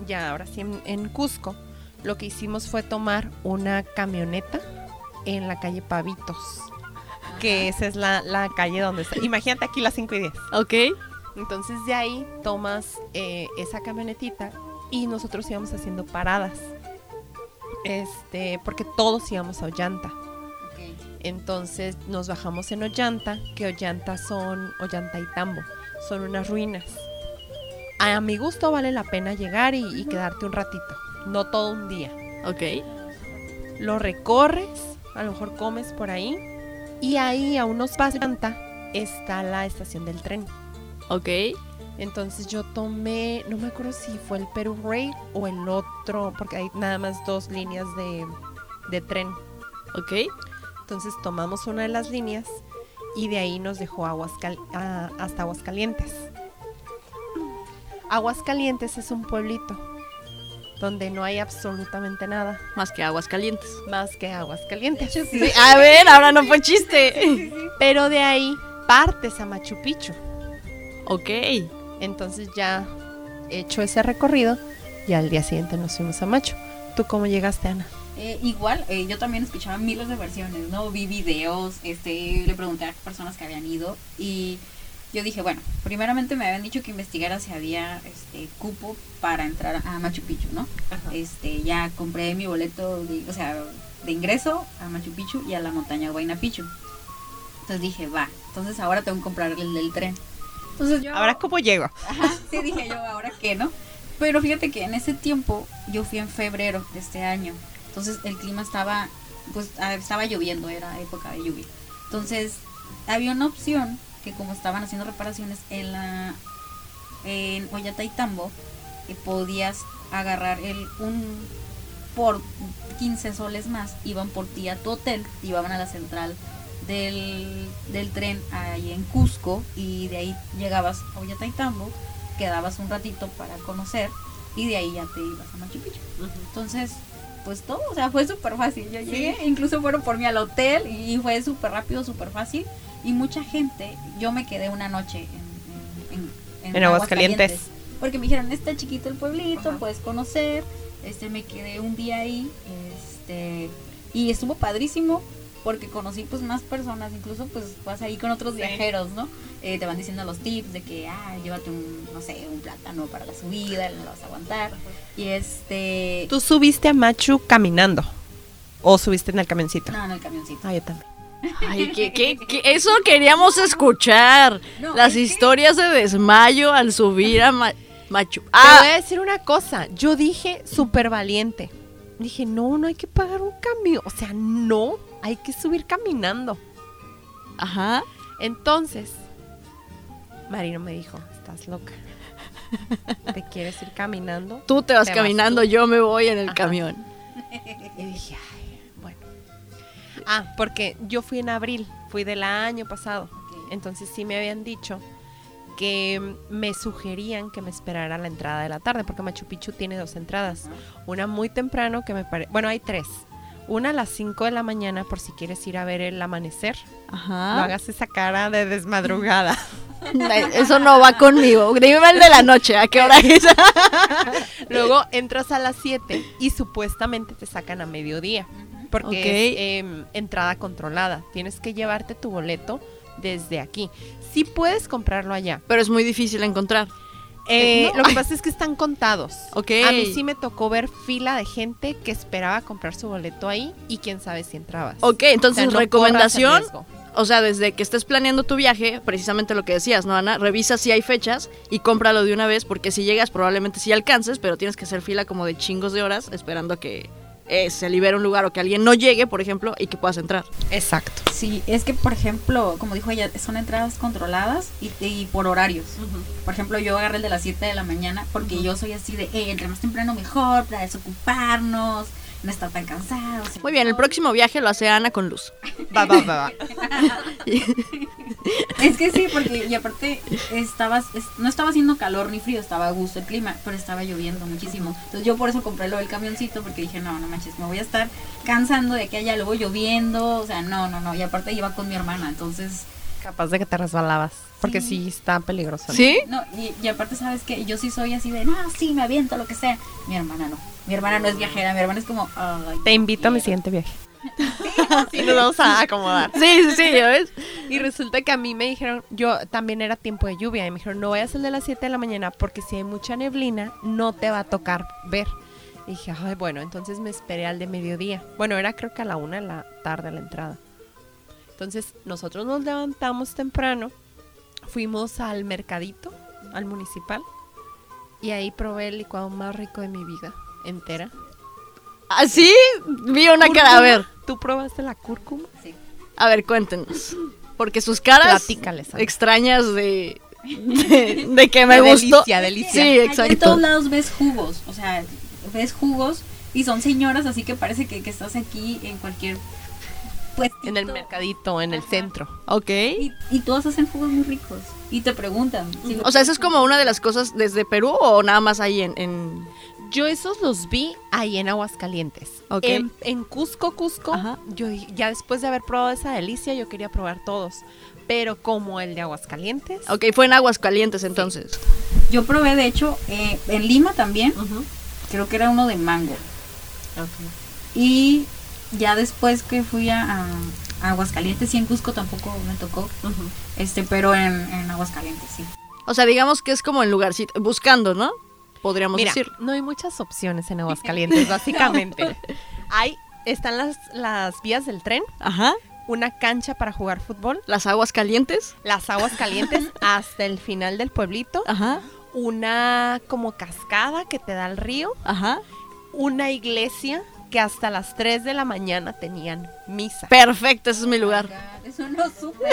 Speaker 1: ya ahora sí en, en Cusco, lo que hicimos fue tomar una camioneta en la calle Pavitos, que esa es la, la calle donde está... Imagínate aquí las 5 y 10.
Speaker 3: Ok.
Speaker 1: Entonces de ahí tomas eh, esa camionetita y nosotros íbamos haciendo paradas. Este, porque todos íbamos a Ollanta. Entonces nos bajamos en Ollanta, que Ollanta son Ollanta y Tambo, son unas ruinas. A mi gusto vale la pena llegar y, y quedarte un ratito, no todo un día.
Speaker 3: Ok.
Speaker 1: Lo recorres, a lo mejor comes por ahí y ahí a unos pasos de Ollanta está la estación del tren.
Speaker 3: Ok.
Speaker 1: Entonces yo tomé, no me acuerdo si fue el Perú Rail o el otro, porque hay nada más dos líneas de, de tren.
Speaker 3: Ok.
Speaker 1: Entonces tomamos una de las líneas y de ahí nos dejó a Aguascal- a- hasta Aguascalientes. Aguascalientes es un pueblito donde no hay absolutamente nada
Speaker 3: Más que aguas calientes.
Speaker 1: más que Aguascalientes. ah,
Speaker 3: Sí, a ver, ahora no fue chiste.
Speaker 1: Pero de ahí partes a Machu Picchu.
Speaker 3: Ok.
Speaker 1: Entonces ya hecho ese recorrido y al día siguiente nos fuimos a Machu. ¿Tú cómo llegaste, Ana?
Speaker 2: Eh, igual, eh, yo también escuchaba miles de versiones, ¿no? Vi videos, este, le pregunté a personas que habían ido y yo dije, bueno, primeramente me habían dicho que investigara si había este cupo para entrar a Machu Picchu, ¿no? Este, ya compré mi boleto, de, o sea, de ingreso a Machu Picchu y a la montaña Huayna Picchu. Entonces dije, va, entonces ahora tengo que comprar el del tren. Entonces yo
Speaker 1: Ahora, ¿cómo Pues llego?
Speaker 2: Ajá, sí dije yo, ahora qué, ¿no? Pero fíjate que en ese tiempo yo fui en febrero de este año. Entonces el clima estaba, pues ah, estaba lloviendo, era época de lluvia. Entonces había una opción que como estaban haciendo reparaciones en la en Ollantaytambo, que podías agarrar el un por 15 soles más, iban por ti a tu hotel, te llevaban a la central del, del tren ahí en Cusco y de ahí llegabas a Ollantaytambo, quedabas un ratito para conocer y de ahí ya te ibas a Machu Picchu. Entonces, pues todo, o sea, fue súper fácil. Yo llegué, incluso fueron por mí al hotel y fue súper rápido, súper fácil. Y mucha gente, yo me quedé una noche en, en
Speaker 1: En Aguascalientes.
Speaker 2: Porque me dijeron, está chiquito el pueblito, puedes conocer. Este, me quedé un día ahí. Este, y estuvo padrísimo porque conocí pues más personas, incluso pues vas ahí con otros viajeros, ¿no? Eh, te van diciendo los tips de que, ah, llévate un, no sé, un plátano para la subida, no lo vas a aguantar. Y este...
Speaker 1: ¿Tú subiste a Machu caminando? ¿O subiste en el camioncito?
Speaker 2: No, en el camioncito.
Speaker 1: Ah, yo también.
Speaker 3: Ay, ¿qué, qué, qué? Eso queríamos escuchar.
Speaker 2: No,
Speaker 3: Las
Speaker 2: es que-
Speaker 3: historias de desmayo al subir a Ma- Machu.
Speaker 1: Te
Speaker 3: Ah,
Speaker 1: voy a decir una cosa. Yo dije súper valiente. Dije, no, no hay que pagar un camión. O sea, no, hay que subir caminando.
Speaker 3: ajá.
Speaker 1: Entonces, Marino me dijo, estás loca. ¿Te quieres ir caminando?
Speaker 3: Tú te vas
Speaker 1: Te vas
Speaker 3: caminando, yo me voy en el
Speaker 1: Ajá.
Speaker 3: camión.
Speaker 1: Y dije, ay, bueno. Ah, porque yo fui en abril, fui del año pasado.
Speaker 2: Ok.
Speaker 1: Entonces sí me habían dicho que mm, me sugerían que me esperara a la entrada de la tarde, porque Machu Picchu tiene dos entradas. Una muy temprano que me parece... Bueno, hay tres. Una a las 5 de la mañana por si quieres ir a ver el amanecer. No
Speaker 3: [LAUGHS] Ajá.
Speaker 1: hagas esa cara de desmadrugada.
Speaker 3: [LAUGHS] Eso no va conmigo. Dime el de la noche, ¿a qué hora es? [LAUGHS]
Speaker 1: Luego entras a las 7 y supuestamente te sacan a mediodía.
Speaker 2: Ujú.
Speaker 1: Porque
Speaker 3: Ok.
Speaker 1: es em, entrada controlada. Tienes que llevarte tu boleto desde aquí. Sí puedes comprarlo allá.
Speaker 3: Pero es muy difícil encontrar.
Speaker 1: Eh,
Speaker 3: no.
Speaker 1: Lo que pasa es que están contados.
Speaker 3: Ok.
Speaker 1: A mí sí me tocó ver fila de gente que esperaba comprar su boleto ahí y quién sabe si entrabas.
Speaker 3: Ok,
Speaker 1: O sea,
Speaker 3: entonces
Speaker 1: no corras el
Speaker 3: recomendación,
Speaker 1: riesgo.
Speaker 3: o sea, desde que estés planeando tu viaje, precisamente lo que decías, ¿no, Ana? Revisa si hay fechas y cómpralo de una vez, porque si llegas probablemente sí alcances, pero tienes que hacer fila como de chingos de horas esperando a que eh, se libere un lugar o que alguien no llegue, por ejemplo, y que puedas entrar.
Speaker 1: Exacto.
Speaker 2: Sí, es que por ejemplo, como dijo ella, son entradas controladas y, y por horarios. Por ejemplo, yo agarré el de las 7 de la mañana porque yo soy así de, eh, entre más temprano mejor para desocuparnos, no estar tan cansados.
Speaker 3: Muy bien, el próximo viaje lo hace Ana con luz.
Speaker 1: Va, va, va,
Speaker 3: [LAUGHS]
Speaker 1: va.
Speaker 2: Es que sí, porque y aparte estabas, es- no estaba haciendo calor ni frío, estaba a gusto el clima, pero estaba lloviendo muchísimo. Entonces yo por eso compré lo del camioncito, porque dije, no, no manches, me voy a estar cansando de que haya luego lloviendo, o sea, no, no, no. Y aparte iba con mi hermana, entonces,
Speaker 1: Capaz de que te resbalabas. Porque sí, está peligroso.
Speaker 3: ¿Sí?
Speaker 2: no, y, y aparte sabes que yo sí soy así de, no, sí, me aviento, lo que sea. Mi hermana no, mi hermana no es viajera, mi hermana es como, "Ay,
Speaker 1: Te invito a mi
Speaker 2: quiero".
Speaker 1: siguiente viaje. Sí, nos vamos a acomodar.
Speaker 3: Sí, sí, sí, ¿ya ves?
Speaker 1: Y resulta que a mí me dijeron, yo también era tiempo de lluvia, y me dijeron, no vayas al de las 7 de la mañana porque si hay mucha neblina, no te va a tocar ver. Y dije, ay, bueno, entonces me esperé al de mediodía. Bueno, era creo que a la una de la tarde la entrada. Entonces nosotros nos levantamos temprano, fuimos al mercadito, al municipal, y ahí probé el licuado más rico de mi vida entera.
Speaker 3: ¿Así? Ah, Vi una cara, a
Speaker 1: Cúrcuma.
Speaker 3: ver,
Speaker 1: ¿Tú probaste la cúrcuma?
Speaker 2: Sí.
Speaker 3: a ver, cuéntenos. Porque sus caras
Speaker 1: Platícales. Ana.
Speaker 3: extrañas de, de, de que me
Speaker 1: De
Speaker 3: gustó.
Speaker 1: delicia, delicia.
Speaker 3: Sí,
Speaker 2: Allá En todos
Speaker 3: exacto.
Speaker 2: lados ves jugos, o sea, ves jugos y son señoras, así que parece que, que estás aquí en cualquier puestito.
Speaker 1: En el mercadito, en el
Speaker 2: Ajá.
Speaker 1: centro.
Speaker 3: Ok.
Speaker 2: Y, y todas hacen jugos muy ricos y te preguntan. si lo-
Speaker 3: O sea, eso es como una de las cosas desde Perú o nada más ahí en... en-
Speaker 1: Yo esos los vi ahí en Aguascalientes.
Speaker 3: Ok.
Speaker 1: En, en Cusco, Cusco,
Speaker 3: Ajá.
Speaker 1: yo di- ya después de haber probado esa delicia, yo quería probar todos. Pero como el de Aguascalientes,
Speaker 3: Ok, fue en Aguascalientes entonces.
Speaker 2: Yo probé, de hecho, eh, en Lima también, creo que era uno de mango. Y ya después que fui a, a- a Aguascalientes y en Cusco tampoco me tocó, este pero en, en Aguascalientes sí.
Speaker 3: O sea, digamos que es como en lugarcito, buscando, ¿no? Podríamos
Speaker 1: mira,
Speaker 3: decir.
Speaker 1: no hay muchas opciones en Aguascalientes, básicamente. Hay, están las, las vías del tren,
Speaker 3: Ajá.
Speaker 1: una cancha para jugar fútbol,
Speaker 3: Las aguas calientes.
Speaker 1: las aguas calientes hasta el final del pueblito,
Speaker 3: Ajá.
Speaker 1: una como cascada que te da el río.
Speaker 3: Ajá.
Speaker 1: una iglesia que hasta las 3 de la mañana tenían misa.
Speaker 3: Perfecto, ese es mi lugar.
Speaker 2: Acá, Eso no supe.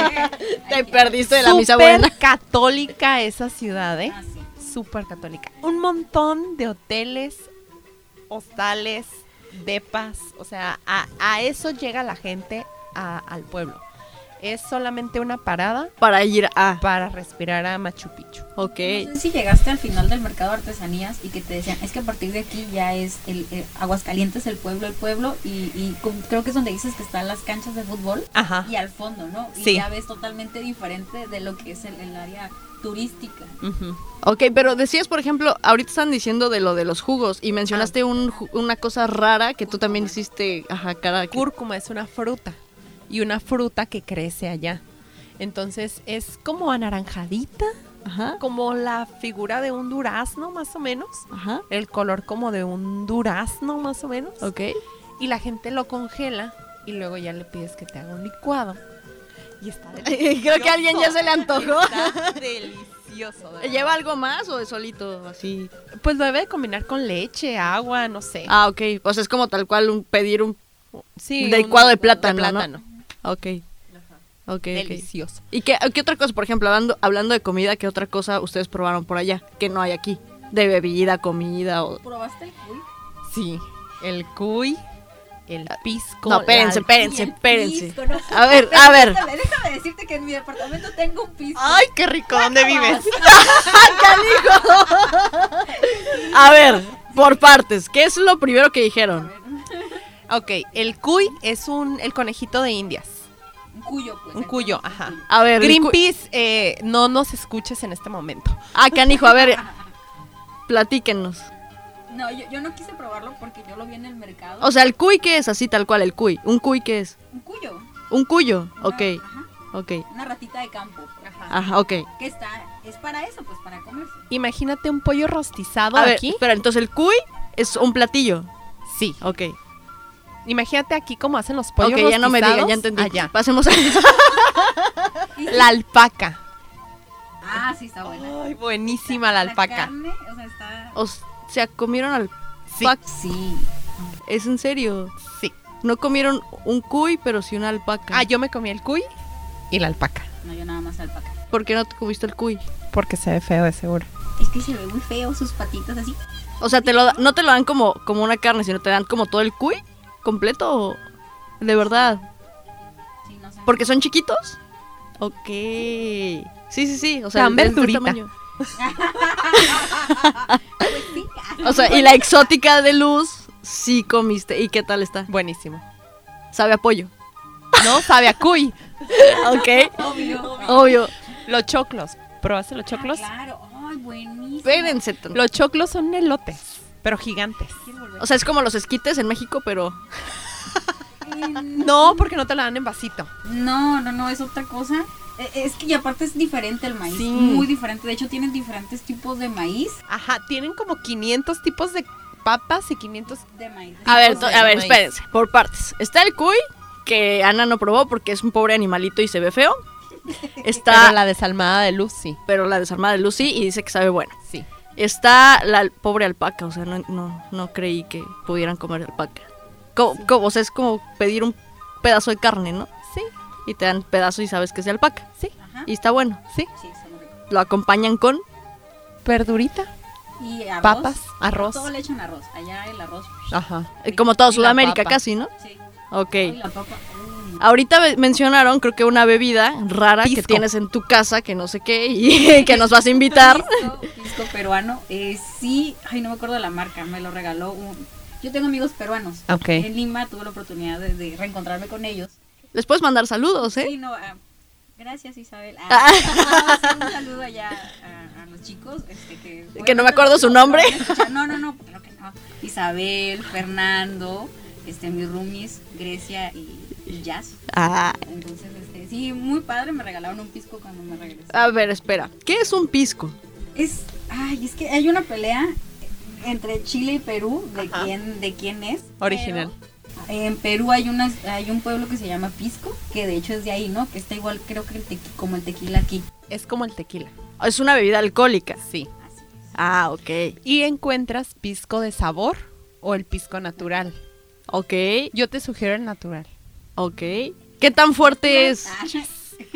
Speaker 3: [LAUGHS] Te perdiste de la misa
Speaker 1: Súper
Speaker 3: buena.
Speaker 1: católica esa ciudad, ¿eh?
Speaker 2: Ah, sí.
Speaker 1: Súper católica. Un montón de hoteles, hostales, depas. O sea, a, a eso llega la gente a- al pueblo. Es solamente una parada
Speaker 3: Para ir a...
Speaker 1: para respirar a Machu Picchu.
Speaker 3: Ok.
Speaker 2: No sé si llegaste al final del mercado de artesanías y que te decían, es que a partir de aquí ya es el, el Aguascalientes, el pueblo, el pueblo, y, y con- creo que es donde dices que están las canchas de fútbol
Speaker 3: Ah.
Speaker 1: Ajá.
Speaker 2: y al fondo, ¿no? Y
Speaker 1: Sí.
Speaker 2: ya ves totalmente diferente de lo que es el, el área turística.
Speaker 1: Ujú.
Speaker 3: Ok, pero decías, por ejemplo, ahorita están diciendo de lo de los jugos y mencionaste un ju- una cosa rara que tú también hiciste, ajá, cara. que-
Speaker 1: Cúrcuma es una fruta y una fruta que crece allá. Entonces es como anaranjadita,
Speaker 3: Ajá,
Speaker 1: como la figura de un durazno más o menos,
Speaker 3: ajá,
Speaker 1: el color como de un durazno más o menos.
Speaker 3: ok.
Speaker 1: Y la gente lo congela y luego ya le pides que te haga un licuado. Y está delicioso.
Speaker 3: [LAUGHS] Creo que a alguien ya se le
Speaker 1: [LAUGHS]
Speaker 3: antojó.
Speaker 1: Está delicioso. de
Speaker 3: ¿Lleva algo más o es solito así?
Speaker 1: verdad. Pues lo debe de combinar con leche, agua, no sé.
Speaker 3: Ah, ok. O sea, es como tal cual un pedir un...
Speaker 1: sí,
Speaker 3: de
Speaker 1: un-
Speaker 3: licuado de
Speaker 1: un-
Speaker 3: plátano, ¿no?
Speaker 1: plátano.
Speaker 3: Ok. Ok, ok.
Speaker 1: Delicioso.
Speaker 3: ¿Y qué, qué otra cosa, por ejemplo, hablando, hablando de comida, qué otra cosa ustedes probaron por allá que no hay aquí? De bebida, comida o...
Speaker 2: ¿Probaste el cuy?
Speaker 1: Sí, el cuy, el pisco.
Speaker 3: No,
Speaker 1: la-
Speaker 3: espérense, espérense,
Speaker 2: Y el
Speaker 3: espérense.
Speaker 2: pisco, no,
Speaker 3: A ver, a ver. Ah.
Speaker 2: Déjame, déjame decirte que en mi departamento tengo un piso.
Speaker 3: Ay, qué rico, ¿dónde
Speaker 1: [LAUGHS]
Speaker 3: vives? [LAUGHS] ¡Canijo! A ver, por partes, ¿qué es lo primero que dijeron?
Speaker 1: Ok, el cuy es un el conejito de indias.
Speaker 2: Un cuyo, pues.
Speaker 1: Un cuyo, ajá.
Speaker 3: A ver, el cu-
Speaker 1: Greenpeace, eh, no nos escuches en este momento.
Speaker 3: Ah, canijo, a ver, platíquenos.
Speaker 2: No, yo, yo no quise probarlo porque yo lo vi en el mercado.
Speaker 3: O sea, ¿el cuy qué es? Así tal cual, el cuy. ¿Un cuy qué es?
Speaker 2: un cuyo.
Speaker 3: ¿Un cuyo?
Speaker 2: Una-
Speaker 3: Ok,
Speaker 2: ajá,
Speaker 3: ok.
Speaker 2: una ratita de campo. Ajá.
Speaker 3: Ajá, ok.
Speaker 2: Que está, es para eso, pues para comerse.
Speaker 1: Imagínate un pollo rostizado
Speaker 3: A ver,
Speaker 1: aquí.
Speaker 3: espera, entonces el cuy es un platillo.
Speaker 1: Sí.
Speaker 3: Ok.
Speaker 1: Imagínate aquí cómo hacen los pollos
Speaker 3: Ok, ya no me digan,
Speaker 1: rostizados
Speaker 3: ya entendí.
Speaker 1: allá.
Speaker 3: Pasemos a...
Speaker 1: La alpaca.
Speaker 2: Ah, sí, está buena.
Speaker 1: Ay, buenísima la alpaca.
Speaker 2: carne, o sea, está...
Speaker 3: [LAUGHS] O sea, comieron al...
Speaker 1: Sí.
Speaker 3: Fuck.
Speaker 2: Oh, Sí.
Speaker 3: ¿Es en serio?
Speaker 1: Sí.
Speaker 3: No comieron un cuy, pero sí una alpaca.
Speaker 1: Ah, yo me comí el cuy y la alpaca.
Speaker 2: No, yo nada más alpaca.
Speaker 3: ¿Por qué no te comiste el cuy?
Speaker 1: Porque se ve feo de seguro.
Speaker 2: Es que se ve muy feo sus patitas así.
Speaker 3: O sea, te lo da- no te lo dan como, como una carne, sino te dan como todo el cuy completo. ¿o? De verdad.
Speaker 2: Sí, no sé. [LAUGHS]
Speaker 3: ¿Porque son chiquitos? Ok. Sí, sí, sí. O sea,
Speaker 1: Dan
Speaker 3: de este
Speaker 1: verdurita.
Speaker 3: tamaño.
Speaker 2: Pues sí.
Speaker 3: O sea, y la exótica de luz sí comiste. ¿Y qué tal está?
Speaker 1: Buenísimo.
Speaker 3: Sabe a pollo.
Speaker 1: No sabe a cuy.
Speaker 3: ok.
Speaker 2: [LAUGHS] Obvio.
Speaker 3: Obvio.
Speaker 1: Los choclos. ¿Probaste los choclos?
Speaker 2: Ah, claro. Ay, buenísimo.
Speaker 3: Espérense. tan-
Speaker 1: Los choclos son elotes, pero gigantes.
Speaker 2: Quiero volver.
Speaker 3: O sea, es como los esquites en México, pero.
Speaker 2: Eh,
Speaker 1: No, porque no te la dan en vasito.
Speaker 2: No, no, no, es otra cosa. Eh, Es que y aparte es diferente el maíz,
Speaker 1: Sí.
Speaker 2: muy diferente. De hecho, tienen diferentes tipos de maíz.
Speaker 1: Ajá, tienen como 500 tipos de papas y 500...
Speaker 2: De maíz.
Speaker 3: A ver, to-
Speaker 1: Tipo de
Speaker 3: a ver,
Speaker 1: maíz.
Speaker 3: espérense. Por partes. Está el cuy, que Ana no probó porque es un pobre animalito y se ve feo. Está.
Speaker 1: Pero la desalmada de Lucy.
Speaker 3: pero la desarmada de Lucy y dice que sabe buena.
Speaker 1: Sí.
Speaker 3: Está la al- pobre alpaca, o sea, no, no, no creí que pudieran comer alpaca. Co- co- o sea, es como pedir un pedazo de carne, ¿no?
Speaker 1: Sí,
Speaker 3: Y te dan pedazo y sabes que es de alpaca.
Speaker 1: sí,
Speaker 2: Ajá.
Speaker 3: Y está bueno.
Speaker 1: sí.
Speaker 2: Sí, está muy rico.
Speaker 3: Lo acompañan con...
Speaker 1: Verdurita,
Speaker 2: Y arroz.
Speaker 1: papas, arroz.
Speaker 2: Todo le echan arroz. Allá el arroz.
Speaker 1: Ajá.
Speaker 3: eh, como toda
Speaker 1: Y la
Speaker 3: Sudamérica
Speaker 1: papa.
Speaker 3: casi, ¿no?
Speaker 2: Sí.
Speaker 3: Ok.
Speaker 2: Y la papa. mm.
Speaker 3: Ahorita ve- mencionaron, creo que una bebida rara que
Speaker 1: Pisco.
Speaker 3: tienes en tu casa, que no sé qué, y [LAUGHS] que nos vas a invitar.
Speaker 2: Pisco, pisco peruano. Eh, sí, ay, no me acuerdo de la marca, me lo regaló un... Yo tengo amigos peruanos.
Speaker 1: Ok.
Speaker 2: En Lima tuve la oportunidad de, de reencontrarme con ellos.
Speaker 3: Les puedes mandar saludos, ¿eh?
Speaker 2: Sí, no, ah, gracias Isabel. Ah, no, sí, un saludo allá a, a los chicos. este, que,
Speaker 3: Que no me acuerdo su nombre.
Speaker 2: No, no, no, claro que no. Isabel, Fernando, este, mis roomies, Grecia y, y Jazz.
Speaker 3: Ah,
Speaker 2: Entonces, este, sí, muy padre, me regalaron un pisco cuando me regresé.
Speaker 3: a ver, espera. ¿Qué es un pisco?
Speaker 2: Es, ay, es que hay una pelea entre Chile y Perú de quién, de quién es.
Speaker 1: Original.
Speaker 2: pero En Perú hay unas, hay un pueblo que se llama Pisco, que de hecho es de ahí, ¿no? Que está igual, creo que el tequi- como el tequila aquí.
Speaker 1: Es como el tequila.
Speaker 3: Es una bebida alcohólica.
Speaker 1: Sí.
Speaker 2: Así es.
Speaker 3: Ah, ok.
Speaker 1: Y encuentras pisco de sabor o el pisco natural.
Speaker 3: Ok,
Speaker 1: Yo te sugiero el natural.
Speaker 3: ok. ¿Qué tan fuerte es?
Speaker 2: Ah,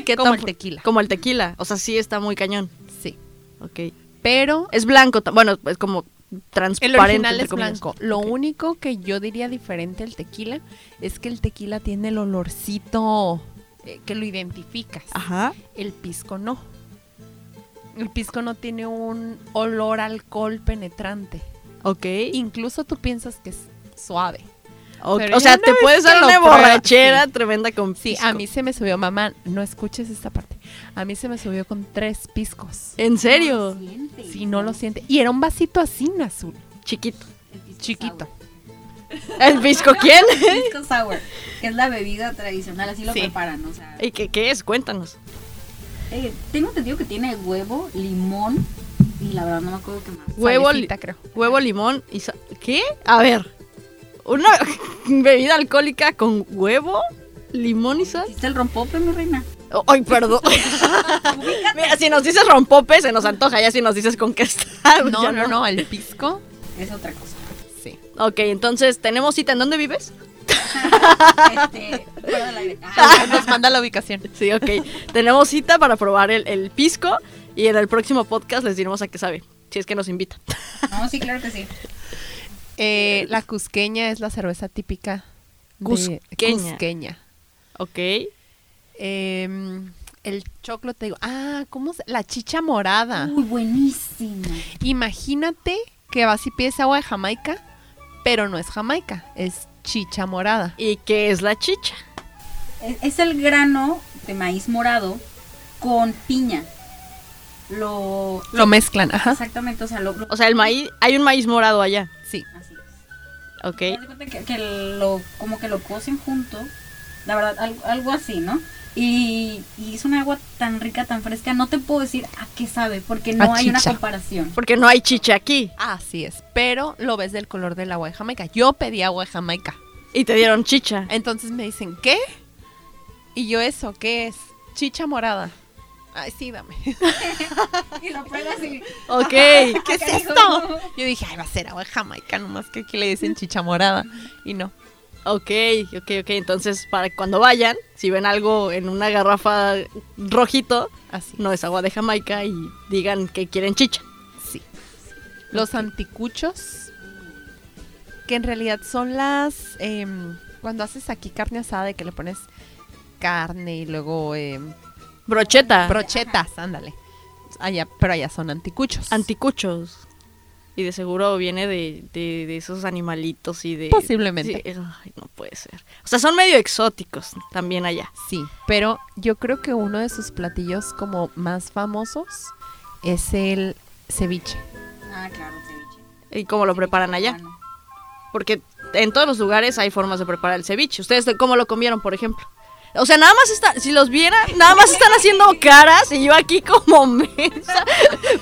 Speaker 3: ¿Qué
Speaker 1: Como
Speaker 3: tan
Speaker 1: el
Speaker 3: fu-
Speaker 1: tequila.
Speaker 3: Como el tequila. O sea, sí está muy cañón.
Speaker 1: Sí.
Speaker 3: Ok.
Speaker 1: Pero
Speaker 3: Es blanco, ta- bueno, es como transparente.
Speaker 1: El original
Speaker 3: entre
Speaker 1: es
Speaker 3: comillas.
Speaker 1: blanco. Lo
Speaker 3: Ok.
Speaker 1: único que yo diría diferente al tequila es que el tequila tiene el olorcito eh, que lo identificas.
Speaker 3: Ajá.
Speaker 1: El pisco no. El pisco no tiene un olor a alcohol penetrante.
Speaker 3: Ok.
Speaker 1: Eh. Incluso tú piensas que es suave.
Speaker 3: Ok.
Speaker 1: Pero
Speaker 3: O sea,
Speaker 1: ya
Speaker 3: te
Speaker 1: una vez
Speaker 3: puedes
Speaker 1: que
Speaker 3: dar
Speaker 1: lo
Speaker 3: una
Speaker 1: pruebas,
Speaker 3: borrachera tremenda con
Speaker 1: Sí,
Speaker 3: pisco.
Speaker 1: a mí se me subió, mamá, no escuches esta parte. A mí se me subió con tres piscos.
Speaker 3: ¿En serio?
Speaker 1: Si no lo siente. Y era un vasito así, azul,
Speaker 3: Chiquito.
Speaker 1: chiquito.
Speaker 3: ¿El pisco quién?
Speaker 2: Pisco sour, que es la bebida tradicional, así lo
Speaker 1: Sí.
Speaker 2: preparan, o sea.
Speaker 3: ¿Y qué, qué es? Cuéntanos.
Speaker 2: eh, tengo entendido que tiene huevo, limón y la verdad no me acuerdo qué más.
Speaker 3: Huevo, li-
Speaker 1: Salecita, creo.
Speaker 3: huevo, limón y sa- ¿Qué? A ver. Una [LAUGHS] bebida alcohólica con huevo, limón y sal.
Speaker 2: ¿Hiciste el rompope, mi
Speaker 1: [LAUGHS]
Speaker 2: reina?
Speaker 3: Oh, Ay, perdón. [LAUGHS] Mira, si nos dices rompope, se nos antoja. Ya si nos dices con qué está. pues
Speaker 1: No,
Speaker 3: Ah, ya
Speaker 1: no, no, el pisco.
Speaker 2: Es otra
Speaker 1: [LAUGHS]
Speaker 2: cosa.
Speaker 1: Sí.
Speaker 3: Ok, entonces, ¿tenemos cita en dónde vives?
Speaker 2: este, fuera del aire. Ah,
Speaker 1: Ah, Nos manda la ubicación.
Speaker 3: Sí, ok. [LAUGHS] Tenemos cita para probar el, el pisco y en el próximo podcast les diremos a qué sabe. Si es que nos invita.
Speaker 2: [LAUGHS] no, sí, claro que sí.
Speaker 1: Eh, la cusqueña es la cerveza típica. de-
Speaker 3: Cusqueña.
Speaker 1: cusqueña.
Speaker 3: [LAUGHS] Ok.
Speaker 1: Em, el choclo, te digo. Ah, ¿cómo se- La chicha morada.
Speaker 2: Uy, buenísima.
Speaker 1: Imagínate que vas y pides agua de Jamaica, pero no es Jamaica, es chicha morada.
Speaker 3: ¿Y qué es la chicha?
Speaker 2: Es, es el grano de maíz morado con piña. Lo.
Speaker 1: Lo mezclan, ajá.
Speaker 2: Exactamente, o sea, lo. lo-
Speaker 3: O sea, el maíz, hay un maíz morado allá.
Speaker 1: Sí.
Speaker 2: así es.
Speaker 3: Ok.
Speaker 2: Haz de cuenta que, que lo, como que lo cocen junto, la verdad, al- algo, así, ¿no? Y, y es un agua tan rica, tan fresca, no te puedo decir a qué sabe, porque no hay una
Speaker 1: chicha.
Speaker 2: comparación. [LAUGHS]
Speaker 3: Porque no hay chicha aquí.
Speaker 1: Así es, pero lo ves del color del agua de Jamaica. Yo pedí agua de Jamaica.
Speaker 3: Y te dieron chicha.
Speaker 1: Entonces me dicen, ¿qué? Y yo, ¿eso qué es? Chicha morada. Ay, sí, dame. [LAUGHS]
Speaker 2: Y lo pruebas y...
Speaker 3: Ok.
Speaker 1: ¿Qué es
Speaker 2: Carajo.
Speaker 1: esto? Yo dije, ay, va a ser agua de Jamaica, nomás que aquí le dicen chicha morada. Y no.
Speaker 3: Ok, ok, ok. Entonces, para cuando vayan, si ven algo en una garrafa rojito,
Speaker 1: Así.
Speaker 3: no es agua de Jamaica y digan que quieren chicha.
Speaker 1: Sí. Los anticuchos, que en realidad son las... em, cuando haces aquí carne asada, de que le pones carne y luego em,
Speaker 3: Brocheta.
Speaker 1: brochetas, ándale. Allá, pero allá son anticuchos.
Speaker 3: anticuchos. Y de seguro viene de, de- de esos animalitos y de...
Speaker 1: Posiblemente.
Speaker 3: Sí, ay, no puede ser. O sea, son medio exóticos también allá.
Speaker 1: Sí, pero yo creo que uno de sus platillos como más famosos es el ceviche.
Speaker 2: Ah, claro, ceviche. Ah,
Speaker 3: ¿Y cómo lo preparan allá?
Speaker 2: Bueno,
Speaker 3: Porque en todos los lugares hay formas de preparar el ceviche. ¿Ustedes de- cómo lo comieron, por ejemplo? O sea, nada más están, si los vieran, nada más están haciendo caras y yo aquí como mesa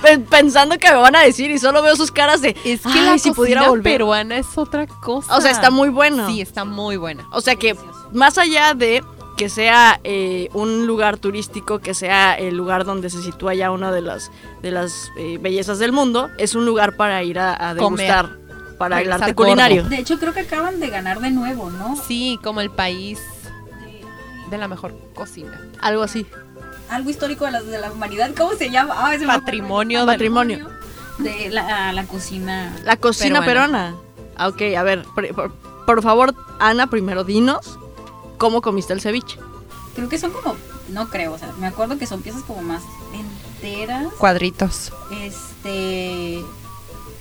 Speaker 3: pe- pensando que me van a decir y solo veo sus caras de,
Speaker 1: Es que
Speaker 3: "Ay,
Speaker 1: la
Speaker 3: si
Speaker 1: cocina
Speaker 3: pudiera volver.
Speaker 1: peruana es otra cosa.
Speaker 3: O sea, está muy bueno.
Speaker 1: Sí, está muy buena.
Speaker 3: O sea que
Speaker 2: Delicioso.
Speaker 3: más allá de que sea eh, un lugar turístico, que sea el lugar donde se sitúa ya una de las de las eh, bellezas del mundo, es un lugar para ir a, a
Speaker 1: Comer.
Speaker 3: degustar, para el
Speaker 1: Regresar
Speaker 3: arte
Speaker 1: gordo.
Speaker 3: culinario.
Speaker 2: De hecho, creo que acaban de ganar de nuevo, ¿no?
Speaker 1: Sí, como el país de la mejor cocina.
Speaker 3: Algo así.
Speaker 2: Algo histórico de la, de la humanidad, ¿cómo se llama? Ah, se me fue.
Speaker 1: Patrimonio del-
Speaker 3: Patrimonio.
Speaker 2: De la, la cocina.
Speaker 3: La cocina peruana.
Speaker 1: Peruana.
Speaker 3: Ah, Ok, a ver, pre- por, por favor, Ana, primero dinos cómo comiste el ceviche.
Speaker 2: Creo que son como, no creo, o sea, me acuerdo que son piezas como más enteras.
Speaker 1: Cuadritos,
Speaker 2: Este,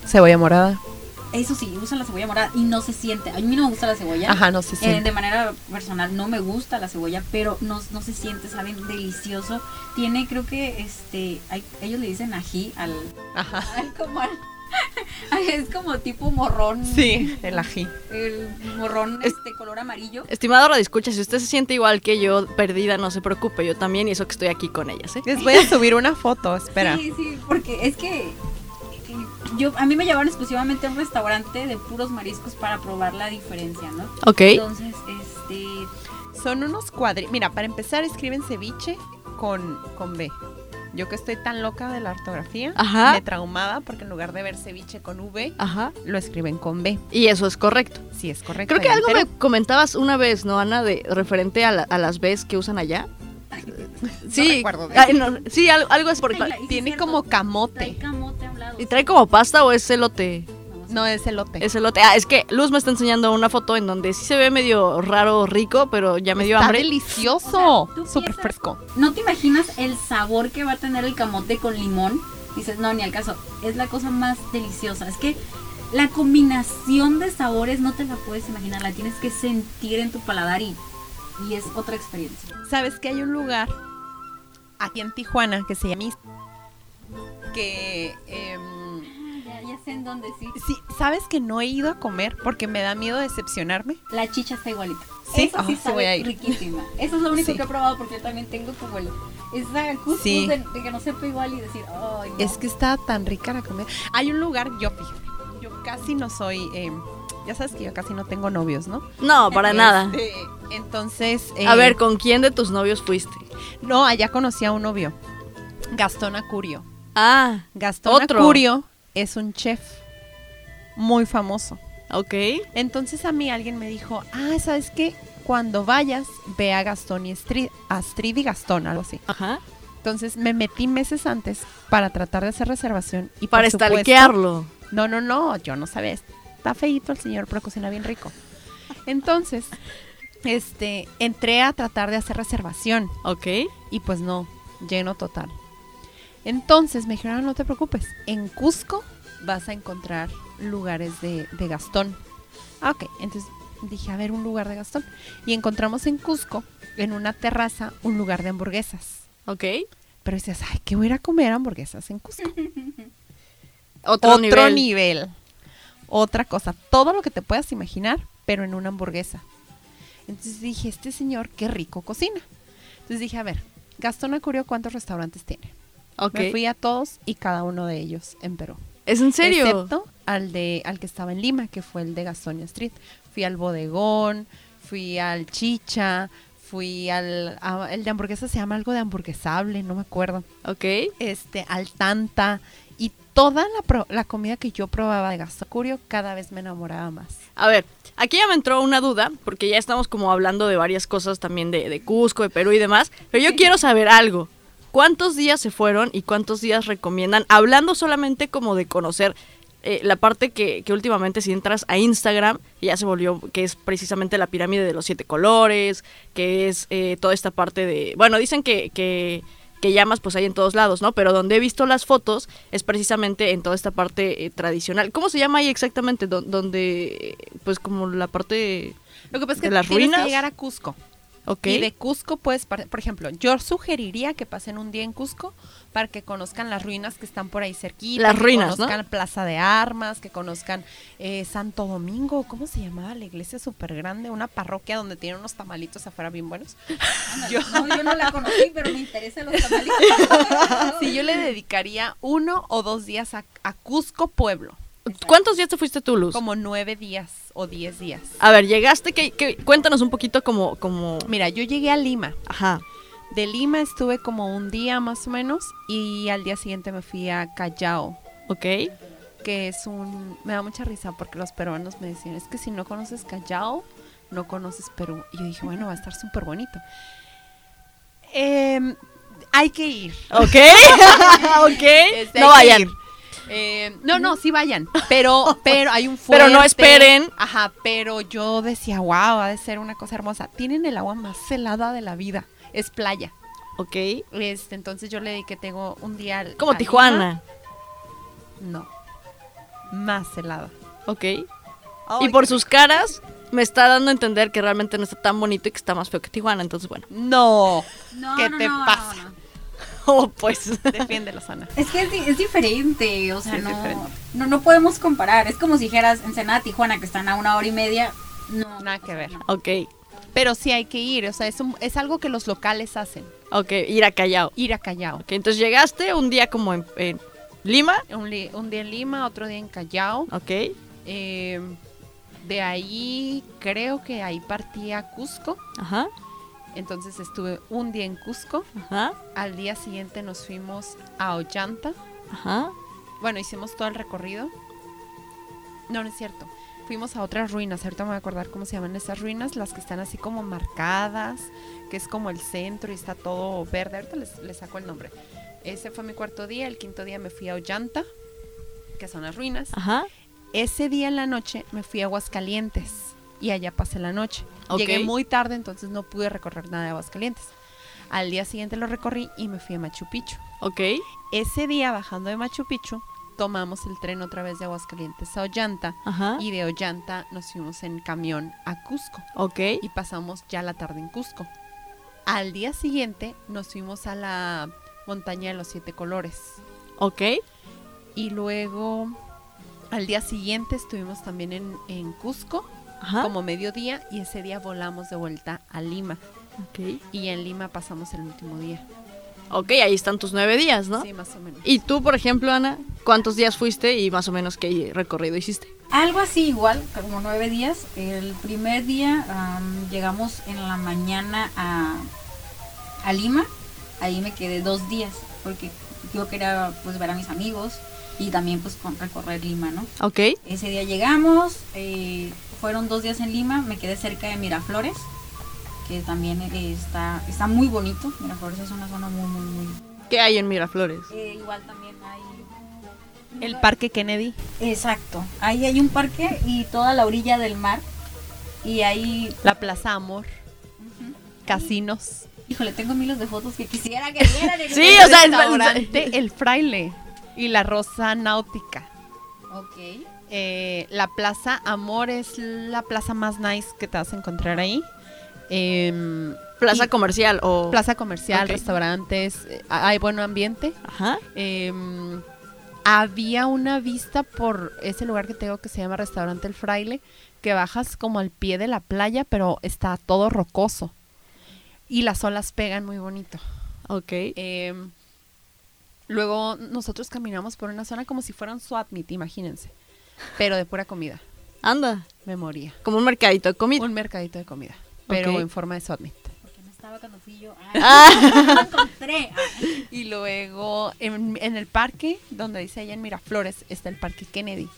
Speaker 1: cebolla morada.
Speaker 2: eso sí, usan la cebolla morada y no se siente. A mí no me gusta la cebolla.
Speaker 1: Ajá, no sé
Speaker 2: Eh,
Speaker 1: si.
Speaker 2: de manera personal no me gusta la cebolla, pero no, no se siente, saben, delicioso. Tiene, creo que, este, hay- ellos le dicen ají al, [LAUGHS]
Speaker 1: Ajá.
Speaker 2: al como al- [LAUGHS] es como tipo morrón.
Speaker 1: Sí, el ají.
Speaker 2: El morrón,
Speaker 3: Es-
Speaker 2: este, color amarillo.
Speaker 3: Estimado Radiscucha, si usted se siente igual que yo, perdida, no se preocupe, yo también, y eso que estoy aquí con ellas, ¿eh?
Speaker 1: Les voy [LAUGHS] a subir una foto, espera.
Speaker 2: Sí, sí, porque es que yo a mí me llevaron exclusivamente a un restaurante de puros mariscos para probar la diferencia, ¿no?
Speaker 3: Ok.
Speaker 2: Entonces, este,
Speaker 1: Son unos cuadritos. Mira, para empezar, escriben ceviche con, con B. Yo que estoy tan loca de la ortografía,
Speaker 3: Ajá.
Speaker 1: me traumaba porque en lugar de ver ceviche con V,
Speaker 3: Ajá.
Speaker 1: lo escriben con B.
Speaker 3: Y eso es correcto.
Speaker 1: Si es correcto.
Speaker 3: Creo que
Speaker 1: allá
Speaker 3: algo
Speaker 1: en
Speaker 3: me
Speaker 1: Perú.
Speaker 3: comentabas una vez, ¿no, Ana? De referente a, la- a las Bs que usan allá. Sí,
Speaker 1: recuerdo.
Speaker 3: Ay, no, sí, al- algo, es por.
Speaker 2: Ay, la- Sí,
Speaker 1: Tiene
Speaker 2: cierto.
Speaker 1: como
Speaker 2: trae
Speaker 1: camote.
Speaker 2: camote a un lado.
Speaker 3: ¿Y trae como pasta o es elote?
Speaker 1: No es elote.
Speaker 3: Es elote. Ah, es que Luz me está enseñando una foto en donde sí se ve medio raro, rico, pero ya me dio
Speaker 1: Está
Speaker 3: hambre.
Speaker 1: delicioso.
Speaker 2: O sea, tú
Speaker 1: Súper
Speaker 2: piensas-
Speaker 1: fresco.
Speaker 2: No te imaginas el sabor que va a tener el camote con limón. Dices, no, ni al caso. Es la cosa más deliciosa. Es que la combinación de sabores no te la puedes imaginar. La tienes que sentir en tu paladar y, y es otra experiencia.
Speaker 1: ¿Sabes que hay un lugar
Speaker 4: aquí en Tijuana que se llama Is- que em,
Speaker 2: Ya, ya sé en dónde sí.
Speaker 4: sí, sabes que no he ido a comer porque me da miedo decepcionarme.
Speaker 2: La chicha está igualita.
Speaker 4: Sí,
Speaker 2: Esa
Speaker 4: ah,
Speaker 2: sí
Speaker 4: sí voy a
Speaker 2: sabe
Speaker 4: ir.
Speaker 2: riquísima. Eso es lo único
Speaker 4: Sí.
Speaker 2: que he probado porque yo también tengo como el esa cuscus
Speaker 4: Sí.
Speaker 2: de, de que no sepa igual y decir, ay, no".
Speaker 1: Es que está tan rica la comida. Hay un lugar, yo fíjate, yo casi no soy, eh, ya sabes que yo casi no tengo novios, ¿no?
Speaker 3: No, para nada.
Speaker 1: Este, entonces,
Speaker 3: A
Speaker 1: eh,
Speaker 3: ver, ¿con quién de tus novios fuiste?
Speaker 1: no, allá conocí a un novio, Gastón Acurio.
Speaker 3: Ah,
Speaker 1: Gastón
Speaker 3: Otro.
Speaker 1: Acurio es un chef muy famoso.
Speaker 3: ok.
Speaker 1: Entonces a mí alguien me dijo, ah, ¿sabes qué? Cuando vayas, ve a Gastón y Astrid, Astrid y Gastón, algo así.
Speaker 3: Ajá.
Speaker 1: Entonces me metí meses antes para tratar de hacer reservación y
Speaker 3: Para
Speaker 1: por supuesto-
Speaker 3: estalquearlo.
Speaker 1: No, no, no, yo no sabía. Está feíto el señor, pero cocina bien rico. Entonces, este, entré a tratar de hacer reservación
Speaker 3: Ok.
Speaker 1: y pues no, lleno total. Entonces me dijeron, "Ah, no te preocupes, en Cusco vas a encontrar lugares de, de Gastón. Ah, ok, entonces dije, a ver, un lugar de Gastón. Y encontramos en Cusco, en una terraza, un lugar de hamburguesas.
Speaker 3: Ok.
Speaker 1: Pero decías, ay, que voy a ir a comer hamburguesas en Cusco.
Speaker 3: Otro,
Speaker 1: Otro,
Speaker 3: nivel.
Speaker 1: nivel. Otra cosa, todo lo que te puedas imaginar, pero en una hamburguesa. Entonces dije, este señor, qué rico cocina. Entonces dije, a ver, Gastón Acurio, ¿cuántos restaurantes tiene?
Speaker 3: Ok.
Speaker 1: Me fui a todos y cada uno de ellos en Perú.
Speaker 3: ¿Es en serio?
Speaker 1: Excepto al, de, al que estaba en Lima, que fue el de Gastón Street. Fui al bodegón, fui al chicha, fui al... a- el de hamburguesa se llama algo de hamburguesable, no me acuerdo
Speaker 3: Ok.
Speaker 1: este, al tanta y toda la, pro- la comida que yo probaba de Gastón Curio cada vez me enamoraba más.
Speaker 3: A ver, aquí ya me entró una duda, porque ya estamos como hablando de varias cosas también de, de Cusco, de Perú y demás, pero yo quiero saber algo. ¿Cuántos días se fueron y cuántos días recomiendan? Hablando solamente como de conocer eh, la parte que, que últimamente si entras a Instagram, ya se volvió, que es precisamente la pirámide de los siete colores, que es eh, toda esta parte de... Bueno, dicen que... que que llamas pues hay en todos lados, ¿no? Pero donde he visto las fotos es precisamente en toda esta parte eh, tradicional. ¿Cómo se llama ahí exactamente? Don- donde, eh, pues como la parte...
Speaker 1: Lo que pasa es
Speaker 3: ¿De
Speaker 1: que
Speaker 3: las
Speaker 1: tienes
Speaker 3: ruinas?
Speaker 1: que llegar a Cusco.
Speaker 3: Ok.
Speaker 1: Y de Cusco puedes, par- por ejemplo, yo sugeriría que pasen un día en Cusco para que conozcan las ruinas que están por ahí cerquita.
Speaker 3: Las
Speaker 1: que
Speaker 3: ruinas, ¿no?
Speaker 1: conozcan Plaza de Armas, que conozcan eh, Santo Domingo, ¿cómo se llamaba? La iglesia súper grande, una parroquia donde tienen unos tamalitos afuera bien buenos.
Speaker 2: Ándale.
Speaker 1: yo- [LAUGHS]
Speaker 2: No, yo no la conocí, pero me interesan los tamalitos.
Speaker 1: Sí, yo le dedicaría uno o dos días a, a Cusco Pueblo,
Speaker 3: ¿Cuántos días te fuiste tú, Luz?
Speaker 1: como nueve días o diez días.
Speaker 3: A ver, llegaste, que, cuéntanos un poquito como... como...
Speaker 1: Mira, yo llegué a Lima.
Speaker 3: Ajá.
Speaker 1: De Lima estuve como un día más o menos y al día siguiente me fui a Callao, [LAUGHS]
Speaker 3: Ok.
Speaker 1: que es un... Me da mucha risa porque los peruanos me decían, es que si no conoces Callao, no conoces Perú. Y yo dije, bueno, va a estar súper bonito. Em, hay que ir. [LAUGHS]
Speaker 3: Ok. ok.
Speaker 1: Este,
Speaker 3: no
Speaker 1: hay que
Speaker 3: vayan.
Speaker 1: ir. Eh, no, no, sí vayan,
Speaker 3: [LAUGHS]
Speaker 1: pero, pero hay un fuerte.
Speaker 3: Pero no esperen.
Speaker 1: Ajá, pero yo decía, wow, ha de ser una cosa hermosa. Tienen el agua más helada de la vida, es playa.
Speaker 3: Ok.
Speaker 1: Este, entonces yo le dediqué, tengo un día. al-
Speaker 3: Como
Speaker 1: a
Speaker 3: Tijuana.
Speaker 1: Lima. No. Más helada.
Speaker 3: Ok. y por sus caras me está dando a entender que realmente no está tan bonito y que está más feo que Tijuana,
Speaker 1: [LAUGHS]
Speaker 3: entonces bueno. [LAUGHS]
Speaker 1: No.
Speaker 2: No,
Speaker 1: ¿Qué
Speaker 2: no,
Speaker 1: te
Speaker 2: no, no,
Speaker 1: pasa?
Speaker 2: no.
Speaker 3: Oh, pues.
Speaker 1: Defiéndelo, Sana.
Speaker 2: Es que es, di- es diferente, o sea,
Speaker 1: Sí, es
Speaker 2: no,
Speaker 1: diferente.
Speaker 2: no no podemos comparar. Es como si dijeras Ensenada, Tijuana, que están a una hora y media. No,
Speaker 1: Nada que ver.
Speaker 3: Ok.
Speaker 1: Pero sí hay que ir, o sea, es, un- es algo que los locales hacen.
Speaker 3: Ok, ir a Callao.
Speaker 1: Ir a Callao.
Speaker 3: Ok, entonces llegaste un día como en, en Lima,
Speaker 1: Un, li- un día en Lima, otro día en Callao.
Speaker 3: ok,
Speaker 1: Eh, de ahí creo que ahí partí a Cusco.
Speaker 3: ajá,
Speaker 1: Entonces estuve un día en Cusco.
Speaker 3: ajá,
Speaker 1: Al día siguiente nos fuimos a Ollanta.
Speaker 3: ajá,
Speaker 1: Bueno, hicimos todo el recorrido. No, no es cierto. Fuimos a otras ruinas. Ahorita me voy a acordar cómo se llaman esas ruinas. Las que están así como marcadas. Que es como el centro y está todo verde. Ahorita les, les saco el nombre. Ese fue mi cuarto día. El quinto día me fui a Ollanta. Que son las ruinas.
Speaker 3: ajá,
Speaker 1: Ese día en la noche me fui a Aguascalientes y allá pasé la noche.
Speaker 3: Ok.
Speaker 1: Llegué muy tarde, entonces no pude recorrer nada de Aguascalientes. Al día siguiente lo recorrí y me fui a Machu Picchu.
Speaker 3: ok,
Speaker 1: Ese día, bajando de Machu Picchu, tomamos el tren otra vez de Aguascalientes a Ollanta
Speaker 3: ajá,
Speaker 1: y de Ollanta nos fuimos en camión a Cusco
Speaker 3: ok,
Speaker 1: y pasamos ya la tarde en Cusco. Al día siguiente nos fuimos a la montaña de los siete colores.
Speaker 3: Ok.
Speaker 1: Y luego al día siguiente estuvimos también en, en Cusco
Speaker 3: Ajá.
Speaker 1: como mediodía y ese día volamos de vuelta a Lima.
Speaker 3: Ok.
Speaker 1: Y en Lima pasamos el último día.
Speaker 3: Ok, ahí están tus nueve días, ¿no?
Speaker 1: Sí, más o menos.
Speaker 3: Y tú, por ejemplo, Ana, ¿cuántos días fuiste y más o menos qué recorrido hiciste?
Speaker 2: Algo así igual, como nueve días. El primer día am, llegamos en la mañana a, a Lima. Ahí me quedé dos días porque yo quería pues ver a mis amigos y también pues con- recorrer Lima, ¿no?
Speaker 3: Ok.
Speaker 2: Ese día llegamos, eh, fueron dos días en Lima, me quedé cerca de Miraflores, que también eh, está, está muy bonito. Miraflores es una zona muy, muy, muy...
Speaker 3: ¿Qué hay en Miraflores?
Speaker 2: Eh, igual también hay
Speaker 1: El Parque Kennedy.
Speaker 2: Exacto. Ahí hay un parque y toda la orilla del mar. Y ahí,
Speaker 1: La Plaza Amor. Casinos.
Speaker 2: híjole, tengo miles de fotos que quisiera que vieran. en
Speaker 3: [LAUGHS] Sí,
Speaker 2: este-
Speaker 3: o sea, es-
Speaker 1: restaurante El Fraile y la Rosa Náutica.
Speaker 2: Ok.
Speaker 1: Eh, la Plaza Amor es la plaza más nice que te vas a encontrar ahí. Em,
Speaker 3: Plaza
Speaker 1: Y-
Speaker 3: comercial o...
Speaker 1: plaza comercial,
Speaker 3: Ok.
Speaker 1: restaurantes, eh, hay buen ambiente.
Speaker 3: Ajá.
Speaker 1: Em, había una vista por ese lugar que tengo que se llama Restaurante El Fraile, que bajas como al pie de la playa, pero está todo rocoso. Y las olas pegan muy bonito.
Speaker 3: Ok.
Speaker 1: Em, luego nosotros caminamos por una zona como si fuera un swap meet, imagínense. Pero de pura comida.
Speaker 3: Anda.
Speaker 1: Me moría.
Speaker 3: Como un mercadito de comida.
Speaker 1: Un mercadito de comida. Pero
Speaker 3: Ok.
Speaker 1: en forma de swap meet.
Speaker 2: Porque no estaba cuando fui yo. Ah, [LAUGHS] no lo encontré. Ah,
Speaker 1: Y luego en, en el parque, donde dice allá en Miraflores, está el Parque Kennedy.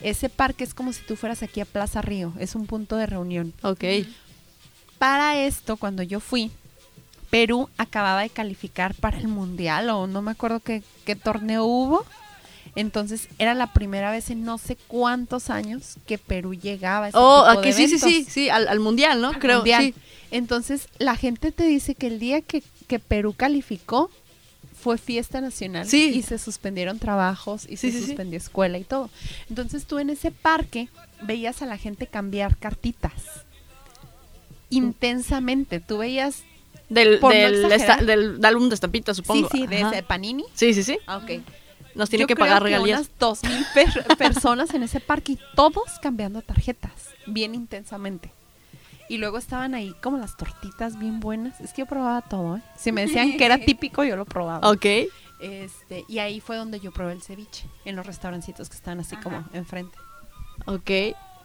Speaker 1: Ese parque es como si tú fueras aquí a Plaza Río, es un punto de reunión.
Speaker 3: Ok.
Speaker 1: este Para esto, cuando yo fui, Perú acababa de calificar para el Mundial o no me acuerdo qué, qué torneo hubo. Entonces era la primera vez en no sé cuántos años que Perú llegaba a ese
Speaker 3: Oh,
Speaker 1: tipo
Speaker 3: aquí
Speaker 1: de
Speaker 3: sí, sí, sí,
Speaker 1: eventos,
Speaker 3: sí, al, al mundial, ¿no?
Speaker 1: al
Speaker 3: Creo,
Speaker 1: Mundial.
Speaker 3: sí.
Speaker 1: Entonces la gente te dice que el día que, que Perú calificó fue fiesta nacional
Speaker 3: Sí.
Speaker 1: y se suspendieron trabajos y se
Speaker 3: Sí, sí, sí.
Speaker 1: suspendió escuela y todo. Entonces tú en ese parque veías a la gente cambiar cartitas
Speaker 3: Mm.
Speaker 1: intensamente. Tú veías,
Speaker 3: Del,
Speaker 1: Por no
Speaker 3: del,
Speaker 1: exagerar.
Speaker 3: esta- del- del álbum de estampita, supongo.
Speaker 1: sí, sí, de
Speaker 3: Ajá.
Speaker 1: ese Panini.
Speaker 3: Sí, sí, sí.
Speaker 1: Ah, ok.
Speaker 3: Nos tiene
Speaker 1: Yo
Speaker 3: que
Speaker 1: creo
Speaker 3: pagar regalías.
Speaker 1: Unas dos mil
Speaker 3: [LAUGHS]
Speaker 1: personas en ese parque y todos cambiando tarjetas, bien intensamente. Y luego estaban ahí como las tortitas bien buenas. Es que yo probaba todo, ¿eh? Si me decían que
Speaker 3: [LAUGHS]
Speaker 1: era típico, yo lo probaba.
Speaker 3: Ok.
Speaker 1: Este, y ahí fue donde yo probé el ceviche, en los restaurancitos que estaban así como
Speaker 2: Ajá.
Speaker 1: enfrente.
Speaker 3: Ok,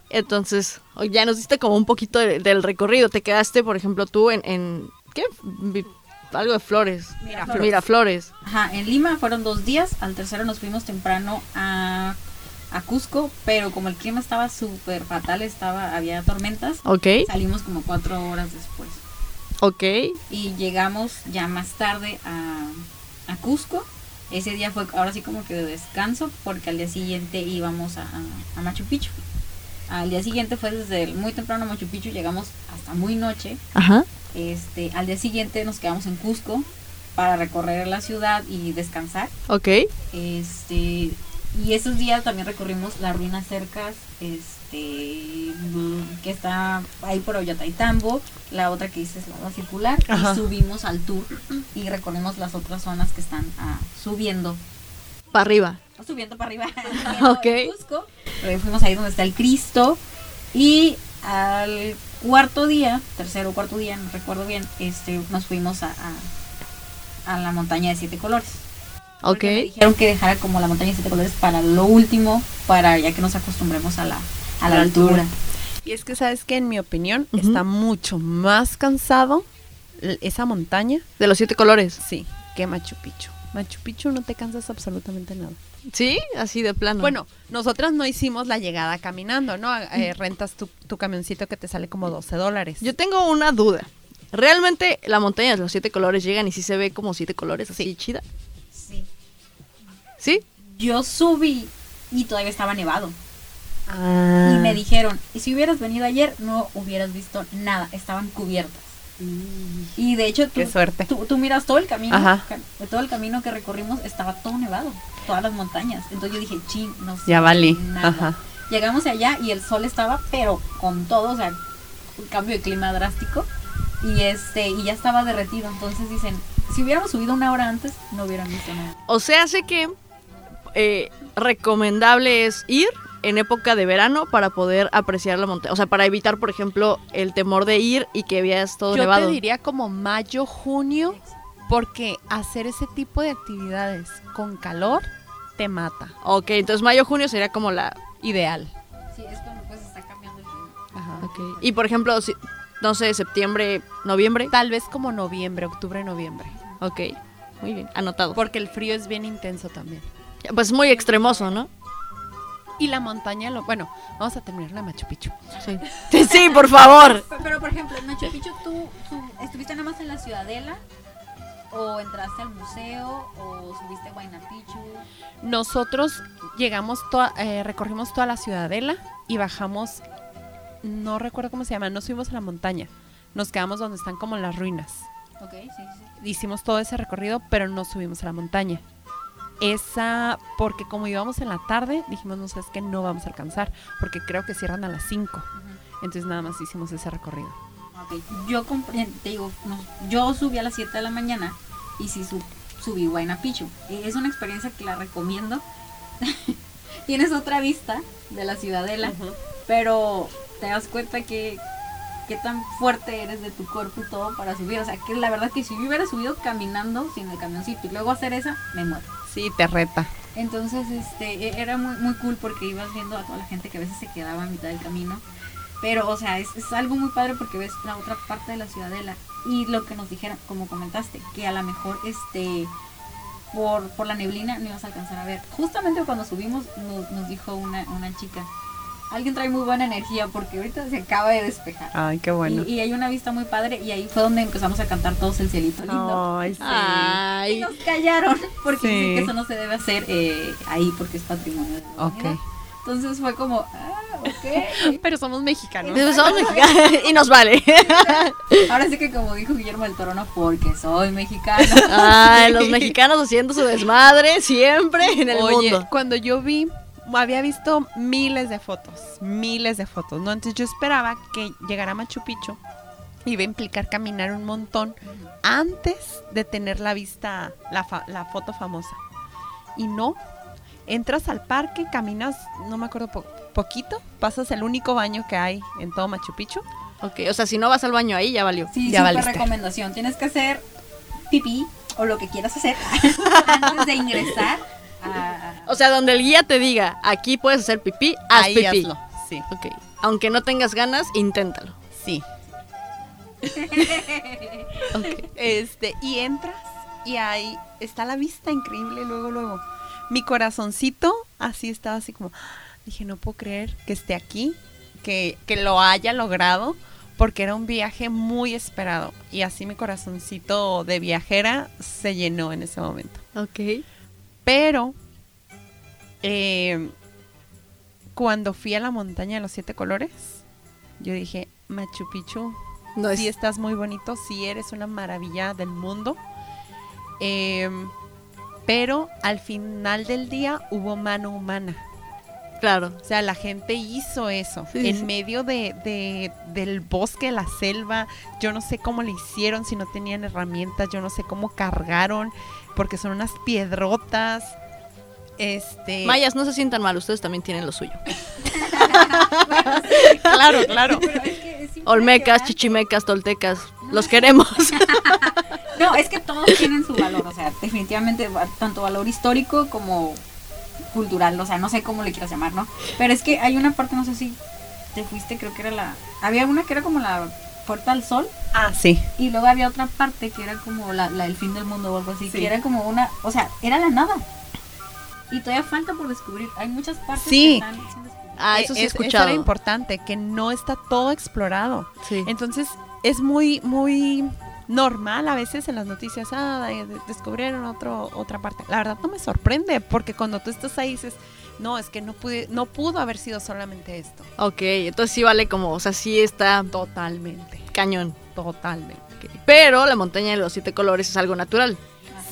Speaker 3: entonces o- ya nos diste como un poquito de- del recorrido. Te quedaste, por ejemplo, tú en... en ¿Qué? Vi- Algo de flores.
Speaker 2: Miraflores.
Speaker 3: Miraflores.
Speaker 2: Ajá, en Lima fueron dos días. Al tercero nos fuimos temprano a, a Cusco. Pero como el clima estaba súper fatal, estaba, había tormentas.
Speaker 3: Ok,
Speaker 2: Salimos como cuatro horas después.
Speaker 3: ok,
Speaker 2: y llegamos ya más tarde a, a Cusco. Ese día fue ahora sí como que de descanso porque al día siguiente íbamos a, a- a Machu Picchu. Al día siguiente fue desde el- muy temprano a Machu Picchu, llegamos hasta muy noche.
Speaker 3: ajá.
Speaker 2: Este, al día siguiente nos quedamos en Cusco para recorrer la ciudad y descansar.
Speaker 3: Ok,
Speaker 2: Este, y esos días también recorrimos las ruinas cercas, este, mm, que está ahí por Ollantaytambo, la otra que dices la Ola circular,
Speaker 3: Ajá.
Speaker 2: y subimos al tour y recorrimos las otras zonas que están ah, subiendo,
Speaker 3: para arriba.
Speaker 2: subiendo para arriba, [LAUGHS]
Speaker 3: [LAUGHS]
Speaker 2: subiendo
Speaker 3: Ok.
Speaker 2: en Cusco. Eh, Fuimos ahí donde está el Cristo y al cuarto día, tercero o cuarto día, no recuerdo bien, este, nos fuimos a- a- a la montaña de siete colores.
Speaker 3: Ok,
Speaker 2: Porque me dijeron que dejara como la montaña de siete colores para lo último, para ya que nos acostumbremos a la, a la altura.
Speaker 1: Y es que sabes que en mi opinión
Speaker 3: Ujú.
Speaker 1: está mucho más cansado l- esa montaña,
Speaker 3: de los siete colores.
Speaker 1: sí, que Machu Picchu. Machu Picchu no te cansas absolutamente nada.
Speaker 3: ¿Sí? Así de plano.
Speaker 1: Bueno, nosotras no hicimos la llegada caminando, ¿no? Eh, rentas tu, tu camioncito que te sale como 12 dólares.
Speaker 3: yo tengo una duda. ¿Realmente la montaña de los siete colores llegan y sí se ve como siete colores así
Speaker 1: Sí.
Speaker 3: chida?
Speaker 2: Sí.
Speaker 3: ¿Sí?
Speaker 2: Yo subí y todavía estaba nevado.
Speaker 1: Ah.
Speaker 2: Y me dijeron, y si hubieras venido ayer, no hubieras visto nada, estaban cubiertas. Y de hecho, tú,
Speaker 1: Qué suerte.
Speaker 2: tú, tú miras todo el camino,
Speaker 1: Ajá.
Speaker 2: ca- todo el camino que recorrimos estaba todo nevado, todas las montañas. Entonces yo dije, ching, no sé.
Speaker 1: Ya valí.
Speaker 2: nada".
Speaker 1: Ajá.
Speaker 2: Llegamos allá y el sol estaba, pero con todo, o sea, un cambio de clima drástico. y este y ya estaba derretido. Entonces dicen, si hubiéramos subido una hora antes, no hubieran visto nada.
Speaker 3: O sea, sé que eh, recomendable es ir en época de verano para poder apreciar la montaña. O sea, para evitar, por ejemplo, el temor de ir y que veas todo
Speaker 1: Yo
Speaker 3: nevado.
Speaker 1: te diría como mayo, junio, porque hacer ese tipo de actividades con calor te mata.
Speaker 3: Ok, entonces mayo, junio sería como la...
Speaker 1: Ideal.
Speaker 2: Sí, es cuando pues está cambiando el clima.
Speaker 1: Ajá.
Speaker 3: Y por ejemplo, si- no sé, septiembre, noviembre.
Speaker 1: Tal vez como noviembre, octubre, noviembre.
Speaker 3: Ok, muy bien, anotado.
Speaker 1: Porque el frío es bien intenso también.
Speaker 3: Pues muy extremoso, ¿no?
Speaker 1: Y la montaña, lo, bueno, vamos a terminar la Machu Picchu.
Speaker 3: Sí. Sí, sí, por favor.
Speaker 2: Pero, pero, por ejemplo, en Machu Picchu, ¿tú, tú estuviste nada más en la ciudadela? ¿O entraste al museo? ¿O subiste a Huayna Picchu?
Speaker 1: Nosotros llegamos, toa- eh, recorrimos toda la ciudadela y bajamos, no recuerdo cómo se llama, no subimos a la montaña. Nos quedamos donde están como las ruinas.
Speaker 2: Ok, sí, sí.
Speaker 1: Hicimos todo ese recorrido, pero no subimos a la montaña. Esa, porque como íbamos en la tarde, dijimos, no sabes que no vamos a alcanzar, porque creo que cierran a las 5. Entonces nada más hicimos ese recorrido.
Speaker 2: Ok, Yo compré, te digo, no, yo subí a las 7 de la mañana y sí su- subí Huayna Picchu. Eh, Es una experiencia que la recomiendo. [LAUGHS] Tienes otra vista de la ciudadela, pero te das cuenta que qué tan fuerte eres de tu cuerpo y todo para subir. O sea, que la verdad que si yo hubiera subido caminando sin el camioncito y luego hacer esa, me muero.
Speaker 1: Sí, te reta.
Speaker 2: Entonces, este, e- era muy, muy cool porque ibas viendo a toda la gente que a veces se quedaba a mitad del camino. Pero, o sea, es, es algo muy padre porque ves la otra parte de la ciudadela. Y lo que nos dijeron, como comentaste, que a lo mejor, este, por, por la neblina no ibas a alcanzar a ver. Justamente cuando subimos, nos, nos dijo una, una chica, alguien trae muy buena energía porque ahorita se acaba de despejar.
Speaker 1: Ay, qué Ah, bueno.
Speaker 2: Y, y hay una vista muy padre y ahí fue donde empezamos a cantar todos el cielito lindo.
Speaker 1: Ay, sí. Ah.
Speaker 2: Y
Speaker 3: Ay.
Speaker 2: nos callaron
Speaker 1: Sí.
Speaker 2: porque dicen que eso no se debe hacer eh, ahí porque es patrimonio de la
Speaker 1: Ok.
Speaker 2: humanidad. Entonces fue como, ah,
Speaker 1: [LAUGHS]
Speaker 2: ok.
Speaker 1: Pero somos mexicanos.
Speaker 3: Pues somos mexicanos [LAUGHS] y nos vale.
Speaker 2: Ahora sí que como dijo Guillermo del Toro, no porque soy mexicano.
Speaker 1: [LAUGHS]
Speaker 3: Ay, los mexicanos haciendo su desmadre siempre en el
Speaker 1: Oye,
Speaker 3: mundo.
Speaker 1: cuando yo vi, había visto miles de fotos, miles de fotos, ¿no? Entonces yo esperaba que llegara Machu Picchu iba a implicar caminar un montón antes de tener la vista, la, fa- la foto famosa. Y no, entras al parque, caminas, no me acuerdo, po- poquito, pasas el único baño que hay en todo Machu Picchu.
Speaker 3: Ok, o sea, si no vas al baño ahí, ya valió.
Speaker 2: Sí,
Speaker 1: Ya
Speaker 2: súper
Speaker 1: valiste.
Speaker 2: recomendación. Tienes que hacer pipí o lo que
Speaker 1: [LAUGHS]
Speaker 2: quieras hacer antes de ingresar. a-
Speaker 3: O sea, donde el guía te diga, aquí puedes hacer pipí, haz
Speaker 1: Ahí
Speaker 3: Ah, pipí.
Speaker 1: hazlo, sí,
Speaker 3: Ok, aunque no tengas ganas, inténtalo.
Speaker 1: sí.
Speaker 3: Ok.
Speaker 1: Este, y entras y ahí está la vista increíble, luego, luego. Mi corazoncito así estaba así como, dije, no puedo creer que esté aquí, que, que lo haya logrado, porque era un viaje muy esperado. Y así mi corazoncito de viajera se llenó en ese momento.
Speaker 3: Ok.
Speaker 1: Pero eh, cuando fui a la montaña de los siete colores, yo dije, Machu Picchu,
Speaker 3: No es...
Speaker 1: sí estás muy bonito, sí eres una maravilla del mundo. Em, pero al final del día hubo mano humana.
Speaker 3: Claro.
Speaker 1: O sea, la gente hizo eso.
Speaker 3: Sí, sí,
Speaker 1: en
Speaker 3: sí.
Speaker 1: medio de, de- del bosque, la selva. Yo no sé cómo le hicieron, si no tenían herramientas. Yo no sé cómo cargaron, porque son unas piedrotas. Este.
Speaker 3: Mayas, no se sientan mal, ustedes también tienen lo
Speaker 2: [LAUGHS]
Speaker 3: suyo.
Speaker 1: claro, claro.
Speaker 2: Pero es que es
Speaker 3: Olmecas,
Speaker 2: impresionante.
Speaker 3: chichimecas, toltecas, los
Speaker 1: [LAUGHS]
Speaker 3: queremos.
Speaker 2: No, es que todos tienen su valor, o sea, definitivamente va- tanto valor histórico como cultural, o sea, no sé cómo le quieras llamar, ¿no? Pero es que hay una parte, no sé si te fuiste, creo que era la... Había una que era como la puerta al sol
Speaker 1: [LAUGHS] Ah, sí.
Speaker 2: y luego había otra parte que era como la, la del fin del mundo o algo así,
Speaker 1: Sí.
Speaker 2: que era como una... O sea, era la nada. Y todavía falta por descubrir, hay muchas partes
Speaker 1: Sí.
Speaker 2: que están sin descubrir.
Speaker 3: Ah, eso sí he
Speaker 1: Es- eso
Speaker 3: escuchado.
Speaker 1: era importante, que no está todo explorado.
Speaker 3: Sí.
Speaker 1: Entonces es muy, muy normal a veces en las noticias, ah, de- de- descubrieron otro, otra parte. La verdad no me sorprende, porque cuando tú estás ahí dices, no, es que no, pude, no pudo haber sido solamente esto.
Speaker 3: Ok, entonces sí vale como, o sea, sí está
Speaker 1: Totalmente,
Speaker 3: cañón.
Speaker 1: totalmente.
Speaker 3: Ok. Pero la montaña de los siete colores es algo natural.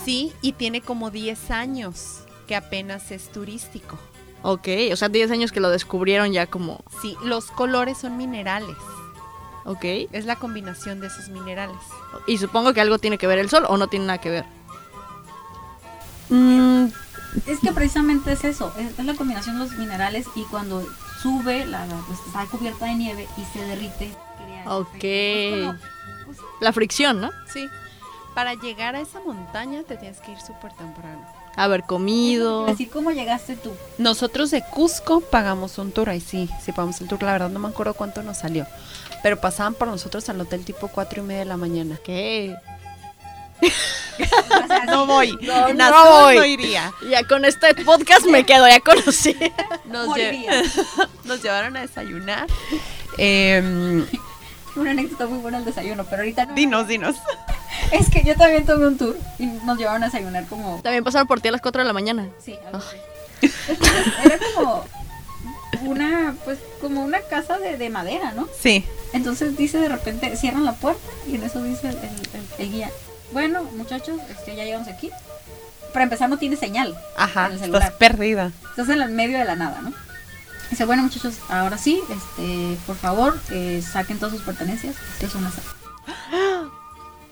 Speaker 1: Sí, y tiene como 10 años que apenas es turístico.
Speaker 3: Ok, o sea, 10 años que lo descubrieron ya como...
Speaker 1: Sí, los colores son minerales.
Speaker 3: Ok.
Speaker 1: Es la combinación de esos minerales.
Speaker 3: Y supongo que algo tiene que ver el sol o no tiene nada que ver.
Speaker 1: Mm,
Speaker 2: Es que precisamente es eso, es, es la combinación de los minerales y cuando sube, la, la- pues, está cubierta de nieve y se derrite. crea este, pues, ese
Speaker 3: Ok.
Speaker 2: efecto. Es como-
Speaker 3: La fricción, ¿no?
Speaker 1: sí. Para llegar a esa montaña te tienes que ir súper temprano.
Speaker 3: Haber comido.
Speaker 2: Así como llegaste tú.
Speaker 1: Nosotros de Cusco pagamos un tour, ahí sí, sí pagamos el tour, la verdad no me acuerdo cuánto nos salió, pero pasaban por nosotros al hotel tipo cuatro y media de la mañana.
Speaker 3: ¿Qué?
Speaker 2: O sea,
Speaker 1: No
Speaker 2: sí,
Speaker 1: voy,
Speaker 2: no,
Speaker 1: En
Speaker 3: no
Speaker 1: azul
Speaker 3: voy.
Speaker 1: no iría.
Speaker 3: Ya con este podcast me quedo, ya conocí.
Speaker 1: Nos,
Speaker 2: moriría.
Speaker 1: lle- [LAUGHS] nos llevaron a desayunar. Em,
Speaker 2: Una anécdota muy buena el desayuno, pero ahorita no.
Speaker 1: dinos, dinos.
Speaker 2: Es que yo también tomé un tour y nos llevaron a desayunar como.
Speaker 3: También pasaron por ti a las 4 de la mañana.
Speaker 2: Sí, algo así. Entonces, Era como una, pues, como una casa de, de madera, ¿no?
Speaker 1: Sí,
Speaker 2: Entonces dice de repente, cierran la puerta y en eso dice el, el- el- el guía. Bueno, muchachos, este, ya llegamos aquí. Para empezar no tiene señal.
Speaker 1: ajá,
Speaker 2: En el
Speaker 1: estás
Speaker 2: celular.
Speaker 1: perdida.
Speaker 2: Estás en el medio de la nada, ¿no? Dice, bueno muchachos, ahora sí, este, por favor, eh, saquen todas sus pertenencias. Esto es una sangre.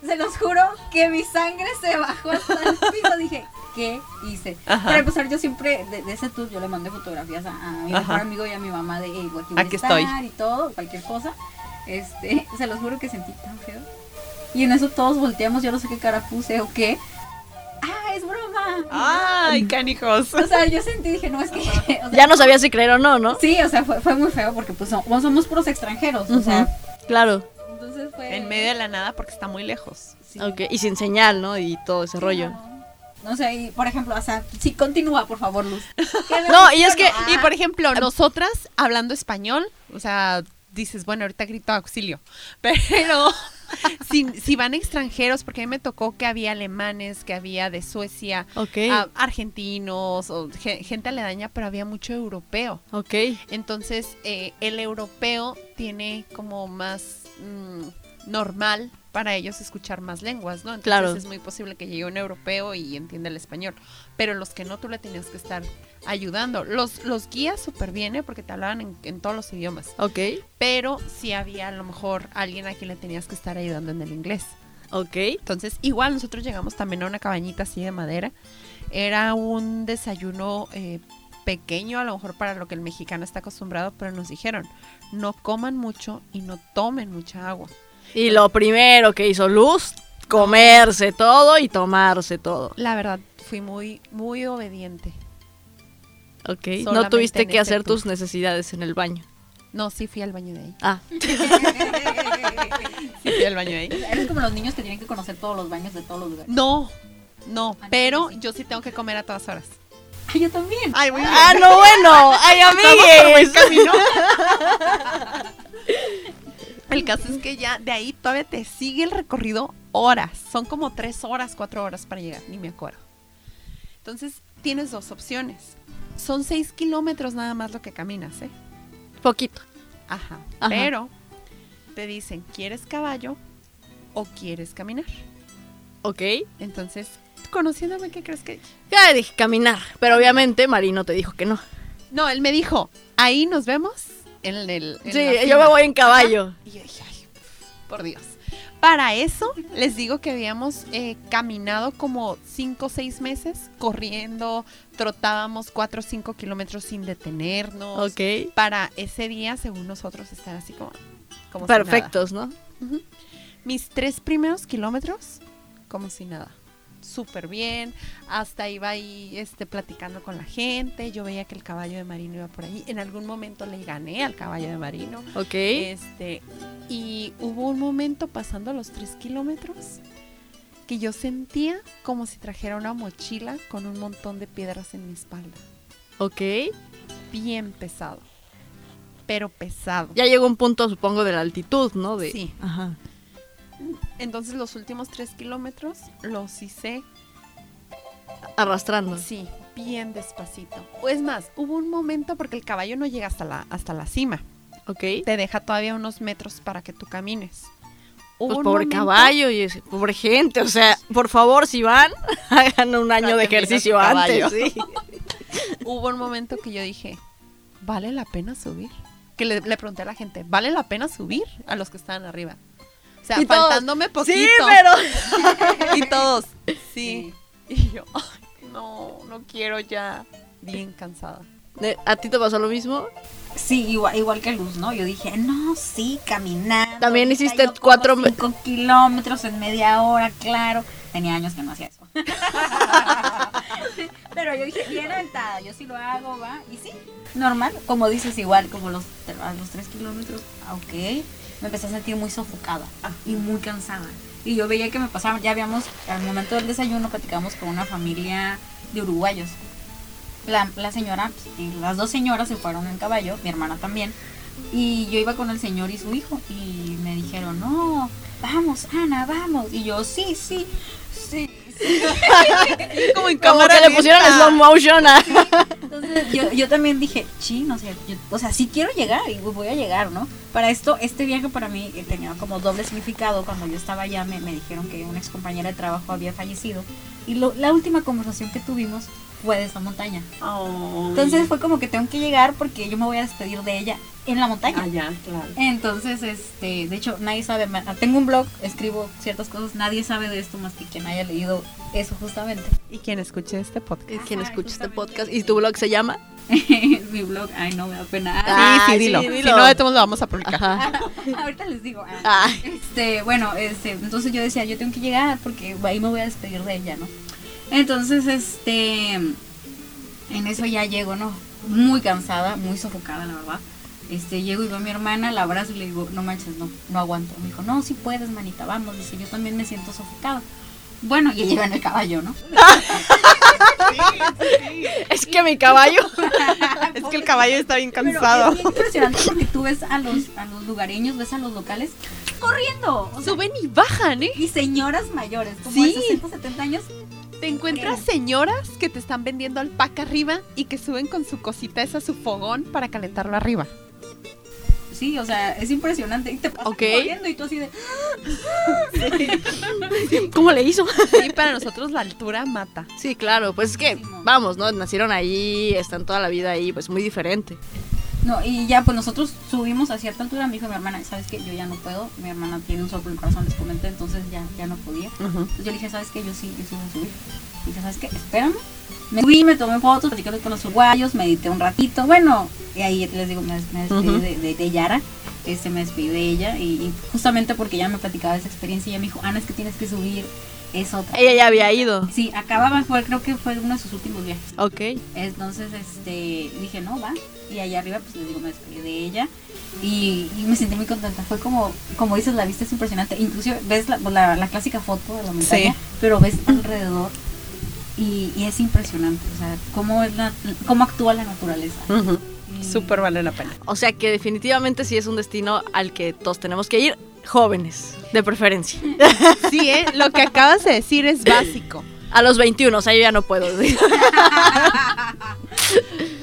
Speaker 2: Se los juro que mi sangre se bajó
Speaker 1: [LAUGHS]
Speaker 2: hasta el piso. Dije, ¿qué hice?
Speaker 1: Ajá.
Speaker 2: Para empezar, yo siempre, de, de ese tour, yo le mandé fotografías a, a mi mejor
Speaker 1: Ajá.
Speaker 2: amigo y a mi mamá de, "Ey, güey, aquí, voy a
Speaker 1: Aquí
Speaker 2: estar",
Speaker 1: estoy.
Speaker 2: y todo, cualquier cosa. Este, se los juro que sentí tan feo. Y en eso todos volteamos, yo no sé qué cara puse o qué. ¡Ah, es broma!
Speaker 1: Ay, canijos.
Speaker 2: O sea, yo sentí, dije, no, es que... [LAUGHS] o sea,
Speaker 3: Ya no sabía si creer o no, ¿no?
Speaker 2: Sí, o sea, fue, fue muy feo porque pues no, no somos puros extranjeros, o sea,
Speaker 3: Claro.
Speaker 2: entonces fue...
Speaker 1: En medio de la nada porque está muy lejos.
Speaker 2: Sí.
Speaker 3: Ok, Y sin señal, ¿no? Y todo ese rollo.
Speaker 2: No sé, y por ejemplo, o sea, sí, continúa, por favor, Luz.
Speaker 1: No, y es que,
Speaker 2: Ah.
Speaker 1: y por ejemplo, nosotras hablando español, o sea, dices, bueno, ahorita grito auxilio, [LAUGHS] pero si, si van extranjeros, porque a mí me tocó que había alemanes, que había de Suecia,
Speaker 3: Ok.
Speaker 1: ah, argentinos, o ge- gente aledaña, pero había mucho europeo.
Speaker 3: ok.
Speaker 1: Entonces, eh, el europeo tiene como más mm, normal para ellos escuchar más lenguas, ¿no? Entonces
Speaker 3: Claro.
Speaker 1: es muy posible que llegue un europeo y entienda el español. Pero los que no, tú le tenías que estar ayudando. Los, los guías súper bien, ¿eh? porque te hablaban en, en todos los idiomas.
Speaker 3: Ok.
Speaker 1: Pero sí había a lo mejor alguien a quien le tenías que estar ayudando en el inglés.
Speaker 3: Ok.
Speaker 1: Entonces, igual nosotros llegamos también a una cabañita así de madera. Era un desayuno eh, pequeño, a lo mejor para lo que el mexicano está acostumbrado, pero nos dijeron, no coman mucho y no tomen mucha agua.
Speaker 3: Y lo primero que hizo Luz, comerse todo y tomarse todo.
Speaker 1: La verdad, fui muy, muy obediente.
Speaker 3: Ok. no
Speaker 1: Solamente
Speaker 3: tuviste
Speaker 1: en
Speaker 3: que
Speaker 1: ese
Speaker 3: hacer
Speaker 1: tour.
Speaker 3: tus necesidades en el baño.
Speaker 1: No, sí fui al baño de ahí.
Speaker 3: Ah,
Speaker 1: Sí fui al baño de ahí.
Speaker 2: Eres como los niños que tienen que conocer todos los baños de todos los
Speaker 1: [LAUGHS]
Speaker 2: lugares.
Speaker 1: No, no,
Speaker 2: Ah, no,
Speaker 1: pero
Speaker 2: sí.
Speaker 1: yo sí tengo que comer a todas horas.
Speaker 2: Ay, yo también.
Speaker 1: Ay, muy
Speaker 3: ah no, bueno. Ay, amigues. [LAUGHS]
Speaker 1: El caso es que ya de ahí todavía te sigue el recorrido horas. Son como tres horas, cuatro horas para llegar, ni me acuerdo. Entonces tienes dos opciones. Son seis kilómetros nada más lo que caminas, ¿eh?
Speaker 3: Poquito.
Speaker 1: Ajá.
Speaker 3: Ajá.
Speaker 1: Pero te dicen, ¿quieres caballo o quieres caminar?
Speaker 3: Ok.
Speaker 1: Entonces, conociéndome, ¿qué crees que dije?
Speaker 3: Ya dije caminar. Pero obviamente Marino te dijo que no.
Speaker 1: No, él me dijo, ahí nos vemos en el... en la
Speaker 3: Sí, yo
Speaker 1: cima".
Speaker 3: me voy en caballo.
Speaker 1: Y yo dije, ay, por Dios. Para eso, les digo que habíamos eh, caminado como 5 o 6 meses, corriendo, trotábamos 4 o 5 kilómetros sin detenernos.
Speaker 3: Ok.
Speaker 1: Para ese día, según nosotros, estar así como... como si nada.
Speaker 3: Perfectos, ¿no?
Speaker 1: Ujú. Mis tres primeros kilómetros, como si nada. Súper bien. Hasta iba ahí este, platicando con la gente. Yo veía que el caballo de Marino iba por ahí. En algún momento le gané al caballo de Marino.
Speaker 3: Ok.
Speaker 1: Este, y hubo un momento pasando los tres kilómetros que yo sentía como si trajera una mochila con un montón de piedras en mi espalda.
Speaker 3: Ok.
Speaker 1: Bien pesado. Pero pesado.
Speaker 3: Ya llegó un punto, supongo, de la altitud, ¿no? De...
Speaker 1: Sí.
Speaker 3: Ajá.
Speaker 1: Entonces los últimos tres kilómetros los hice,
Speaker 3: Arrastrando.
Speaker 1: sí, bien despacito. O Es más, hubo un momento porque el caballo no llega hasta la, hasta la cima.
Speaker 3: Ok.
Speaker 1: Te deja todavía unos metros para que tú camines. Hubo
Speaker 3: Pues
Speaker 1: un
Speaker 3: pobre
Speaker 1: momento-
Speaker 3: caballo y ese- pobre gente, o sea, por favor, si van, [LAUGHS] hagan un año de
Speaker 1: Traten bien a su
Speaker 3: ejercicio
Speaker 1: caballo.
Speaker 3: antes, sí.
Speaker 1: Hubo un momento que yo dije, ¿vale la pena subir? que le, le pregunté a la gente, ¿vale la pena subir a los que estaban arriba? O sea,
Speaker 3: Y todos,
Speaker 1: faltándome poquito.
Speaker 3: Sí, [LAUGHS]
Speaker 1: [LAUGHS]
Speaker 3: pero.
Speaker 1: Y todos, sí. Y yo, "Ay, no, no quiero ya. Bien cansada.
Speaker 3: Ne- ¿A ti te pasó lo mismo?
Speaker 2: Sí, igual, igual que Luz, ¿no? Yo dije, no, sí, caminando.
Speaker 3: También
Speaker 2: ahorita
Speaker 3: hiciste
Speaker 2: yo corro
Speaker 3: cuatro me-
Speaker 2: Cinco kilómetros en media hora, claro. Tenía años que no hacía eso. [LAUGHS] Pero yo dije, bien aventada, yo sí lo hago, va. Y sí, normal, como dices, igual, como los, a los tres kilómetros, ah, ok. Me empecé a sentir muy sofocada y muy cansada. Y yo veía que me pasaba, ya habíamos, al momento del desayuno, platicamos con una familia de uruguayos la, la señora, pues, y las dos señoras se fueron en caballo, mi hermana también, y yo iba con el señor y su hijo, y me dijeron, no, vamos, Ana, vamos, y yo, sí, sí, sí, sí.
Speaker 1: Como en
Speaker 3: Como
Speaker 1: cámara
Speaker 3: que le
Speaker 1: lenta.
Speaker 3: pusieron slow motion a. [LAUGHS]
Speaker 2: Entonces yo, yo también dije, chin, o sea, yo- o sea, sí quiero llegar, y voy a llegar, ¿no? Para esto, este viaje para mí eh, tenía como doble significado, cuando yo estaba allá me, me dijeron que una ex compañera de trabajo había fallecido, y lo- la última conversación que tuvimos fue de esa montaña. Entonces fue como que tengo que llegar porque yo me voy a despedir de ella en la montaña.
Speaker 5: Allá, claro.
Speaker 2: Entonces, este, de hecho, nadie sabe, ma- tengo un blog, escribo ciertas cosas, nadie sabe de esto más que quien haya leído eso justamente. [LAUGHS]
Speaker 6: Y quien escuche este podcast.
Speaker 3: Quien
Speaker 2: Ajá,
Speaker 3: escucha este
Speaker 2: justamente.
Speaker 3: podcast. ¿Y tu blog se llama?
Speaker 2: Mi blog, ay, no me da pena. Ah,
Speaker 3: Ah,
Speaker 6: sí,
Speaker 3: sí,
Speaker 6: sí, dilo.
Speaker 3: dilo.
Speaker 6: Si no, de todos lo vamos a publicar.
Speaker 3: Ajá.
Speaker 2: [LAUGHS] Ahorita les digo. ah.
Speaker 3: Ah,
Speaker 2: Este, bueno, este, entonces yo decía, yo tengo que llegar porque ahí me voy a despedir de ella, ¿no? Entonces, este, en eso ya llego, ¿no? Muy cansada, muy sofocada, la verdad. Este, llego y veo a mi hermana, la abrazo y le digo, no manches, no, no aguanto. Me dijo, no, sí puedes, manita, vamos. Dice, yo también me siento sofocada. Bueno, y ella iba en el caballo, ¿no?
Speaker 3: es que mi caballo.
Speaker 6: Es que el caballo está bien
Speaker 2: Pero
Speaker 6: cansado.
Speaker 2: es bien impresionante porque tú ves a los, a los lugareños, ves a los locales corriendo. o sea,
Speaker 3: Suben y bajan, ¿eh?
Speaker 2: y señoras mayores, como
Speaker 1: Sí.
Speaker 2: de 60, 70 años,
Speaker 1: Te encuentras señoras que te están vendiendo alpaca arriba y que suben con su cosita esa, su fogón, para calentarlo arriba.
Speaker 2: Sí, o sea, es impresionante. Y te pasas
Speaker 3: Ok.
Speaker 2: corriendo y tú así de.
Speaker 3: ¿Cómo le hizo? [LAUGHS]
Speaker 1: Sí, para nosotros la altura mata.
Speaker 3: Sí, claro, pues es que, vamos, ¿no? Nacieron ahí, están toda la vida ahí, pues muy diferente.
Speaker 2: No, y ya, pues nosotros subimos a cierta altura. Me dijo mi hermana, ¿sabes qué? Yo ya no puedo. Mi hermana tiene un soplo en el corazón, les comenté, entonces ya, ya no podía. Entonces yo le dije, ¿sabes qué? Yo sí, yo sí voy a subir. Dije, ¿sabes qué? Espérame. Me subí, me tomé fotos, platicé con los uruguayos, medité un ratito. Bueno, y ahí les digo, me, me despedí
Speaker 3: Ujú.
Speaker 2: de, de- de Yara. Este, me despedí de ella. Y, y justamente porque ella me platicaba esa experiencia, ella me dijo, Ana, es que tienes que subir. Es otra.
Speaker 3: Ella ya había ido.
Speaker 2: Sí, acababa, fue, creo que fue uno de sus últimos viajes.
Speaker 3: Ok.
Speaker 2: Entonces, este, dije, no, va. Y allá arriba, pues les digo, me despedí de ella. Y, y me sentí muy contenta. Fue como, como dices, la vista es impresionante. Inclusive ves la, la- la clásica foto de la montaña,
Speaker 3: Sí.
Speaker 2: pero ves alrededor. Y, y es impresionante. O sea, cómo, es la- cómo actúa la naturaleza. Y-
Speaker 6: Súper vale la pena.
Speaker 3: O sea que definitivamente sí es un destino al que todos tenemos que ir, jóvenes, de preferencia.
Speaker 1: Sí, ¿eh? lo que acabas de decir es básico.
Speaker 3: A los 21, o sea, yo ya no puedo. [LAUGHS]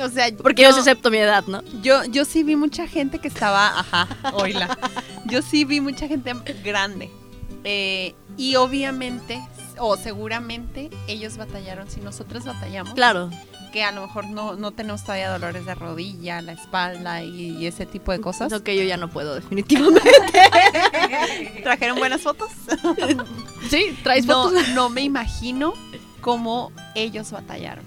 Speaker 1: O sea,
Speaker 3: Porque
Speaker 1: yo,
Speaker 3: yo sí acepto mi edad, ¿no?
Speaker 1: yo, yo sí vi mucha gente que estaba, ajá, oíla. Yo sí vi mucha gente grande. Eh, y obviamente, o seguramente, ellos batallaron, si nosotros batallamos,
Speaker 3: Claro.
Speaker 1: que a lo mejor no, no tenemos todavía dolores de rodilla, la espalda y, y ese tipo de cosas. [LAUGHS]
Speaker 3: No que yo ya no puedo, [LAUGHS] definitivamente.
Speaker 1: ¿Trajeron buenas fotos?
Speaker 3: Sí, traes
Speaker 1: no,
Speaker 3: fotos.
Speaker 1: no me imagino cómo ellos batallaron.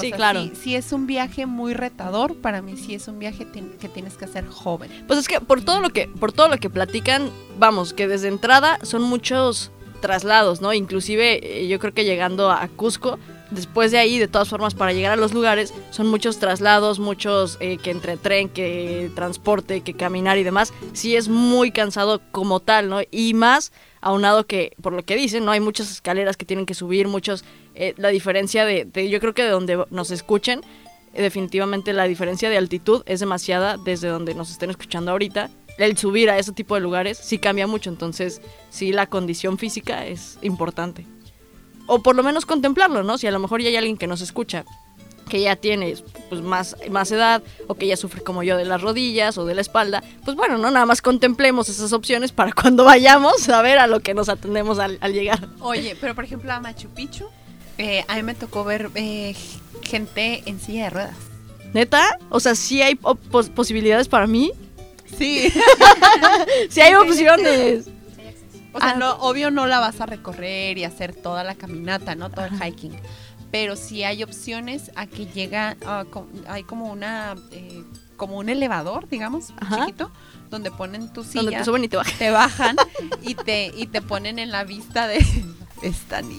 Speaker 3: Sí, claro.
Speaker 1: Sí, sí es un viaje muy retador. Para mí sí es un viaje ten- que tienes que hacer joven.
Speaker 3: Pues es que por todo lo que, por todo lo que platican, vamos, que desde entrada son muchos traslados, ¿no? Inclusive eh, yo creo que llegando a Cusco, después de ahí, de todas formas, para llegar a los lugares, son muchos traslados, muchos eh, que entre tren, que transporte, que caminar y demás. Sí es muy cansado como tal, ¿no? Y más aunado que, por lo que dicen, ¿no? Hay muchas escaleras que tienen que subir, muchos, eh, la diferencia de, de, yo creo que de donde nos escuchen, eh, definitivamente la diferencia de altitud es demasiada desde donde nos estén escuchando ahorita. El subir a ese tipo de lugares sí cambia mucho, entonces sí la condición física es importante. O por lo menos contemplarlo, ¿no? Si a lo mejor ya hay alguien que nos escucha, que ya tiene pues, más, más edad o que ya sufre como yo de las rodillas o de la espalda, pues bueno, ¿no? Nada más contemplemos esas opciones para [LAUGHS] cuando vayamos a ver a lo que nos atendemos al, al llegar.
Speaker 1: Oye, pero por ejemplo a Machu Picchu, eh, a mí me tocó ver eh, gente en silla de ruedas.
Speaker 3: ¿Neta? O sea, sí hay op- pos- posibilidades para mí. [LAUGHS]
Speaker 1: [LAUGHS] Sí.
Speaker 3: Sí hay opciones.
Speaker 1: O sea,
Speaker 3: Ah.
Speaker 1: no, obvio no la vas a recorrer y hacer toda la caminata, ¿no? Todo el hiking. Pero sí hay opciones a que llega, ah, co- hay como una, eh, como un elevador, digamos,
Speaker 3: Ajá.
Speaker 1: chiquito, donde ponen tu silla,
Speaker 3: Donde te suben y te bajan.
Speaker 1: te bajan y te, y te ponen en la vista de [LAUGHS] esta niña.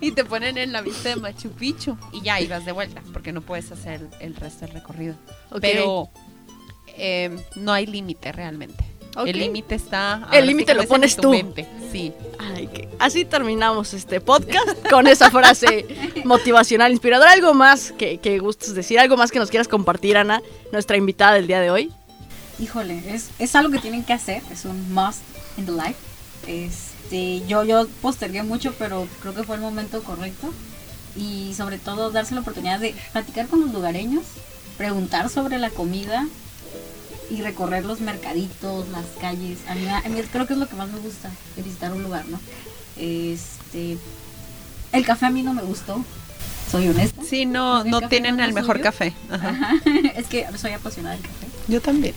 Speaker 1: Y te ponen en la vista de Machu Picchu. Y ya ibas de vuelta, porque no puedes hacer el resto del recorrido.
Speaker 3: Ok.
Speaker 1: Pero eh, no hay límite realmente.
Speaker 3: Ok.
Speaker 1: El límite está.
Speaker 3: El límite lo pones tú.
Speaker 1: Mente. Sí.
Speaker 3: Ay, que- así terminamos este podcast [LAUGHS] con esa frase motivacional, inspiradora. Algo más que, que gustes decir, algo más que nos quieras compartir, Ana, nuestra invitada del día de hoy.
Speaker 2: Híjole, es, es algo que tienen que hacer, es un must in the life. Este, yo, yo postergué mucho, pero creo que fue el momento correcto. Y sobre todo darse la oportunidad de platicar con los lugareños, preguntar sobre la comida y recorrer los mercaditos, las calles. A mí, a mí creo que es lo que más me gusta, de visitar un lugar, ¿no? Este, el café a mí no me gustó, soy honesta.
Speaker 1: Sí, no,
Speaker 2: ¿El
Speaker 1: no
Speaker 2: café
Speaker 1: tienen
Speaker 2: no
Speaker 1: el
Speaker 2: es
Speaker 1: mejor
Speaker 2: suyo?
Speaker 1: café. Ajá.
Speaker 2: Ajá, [LAUGHS] es que soy apasionada del café.
Speaker 1: Yo también.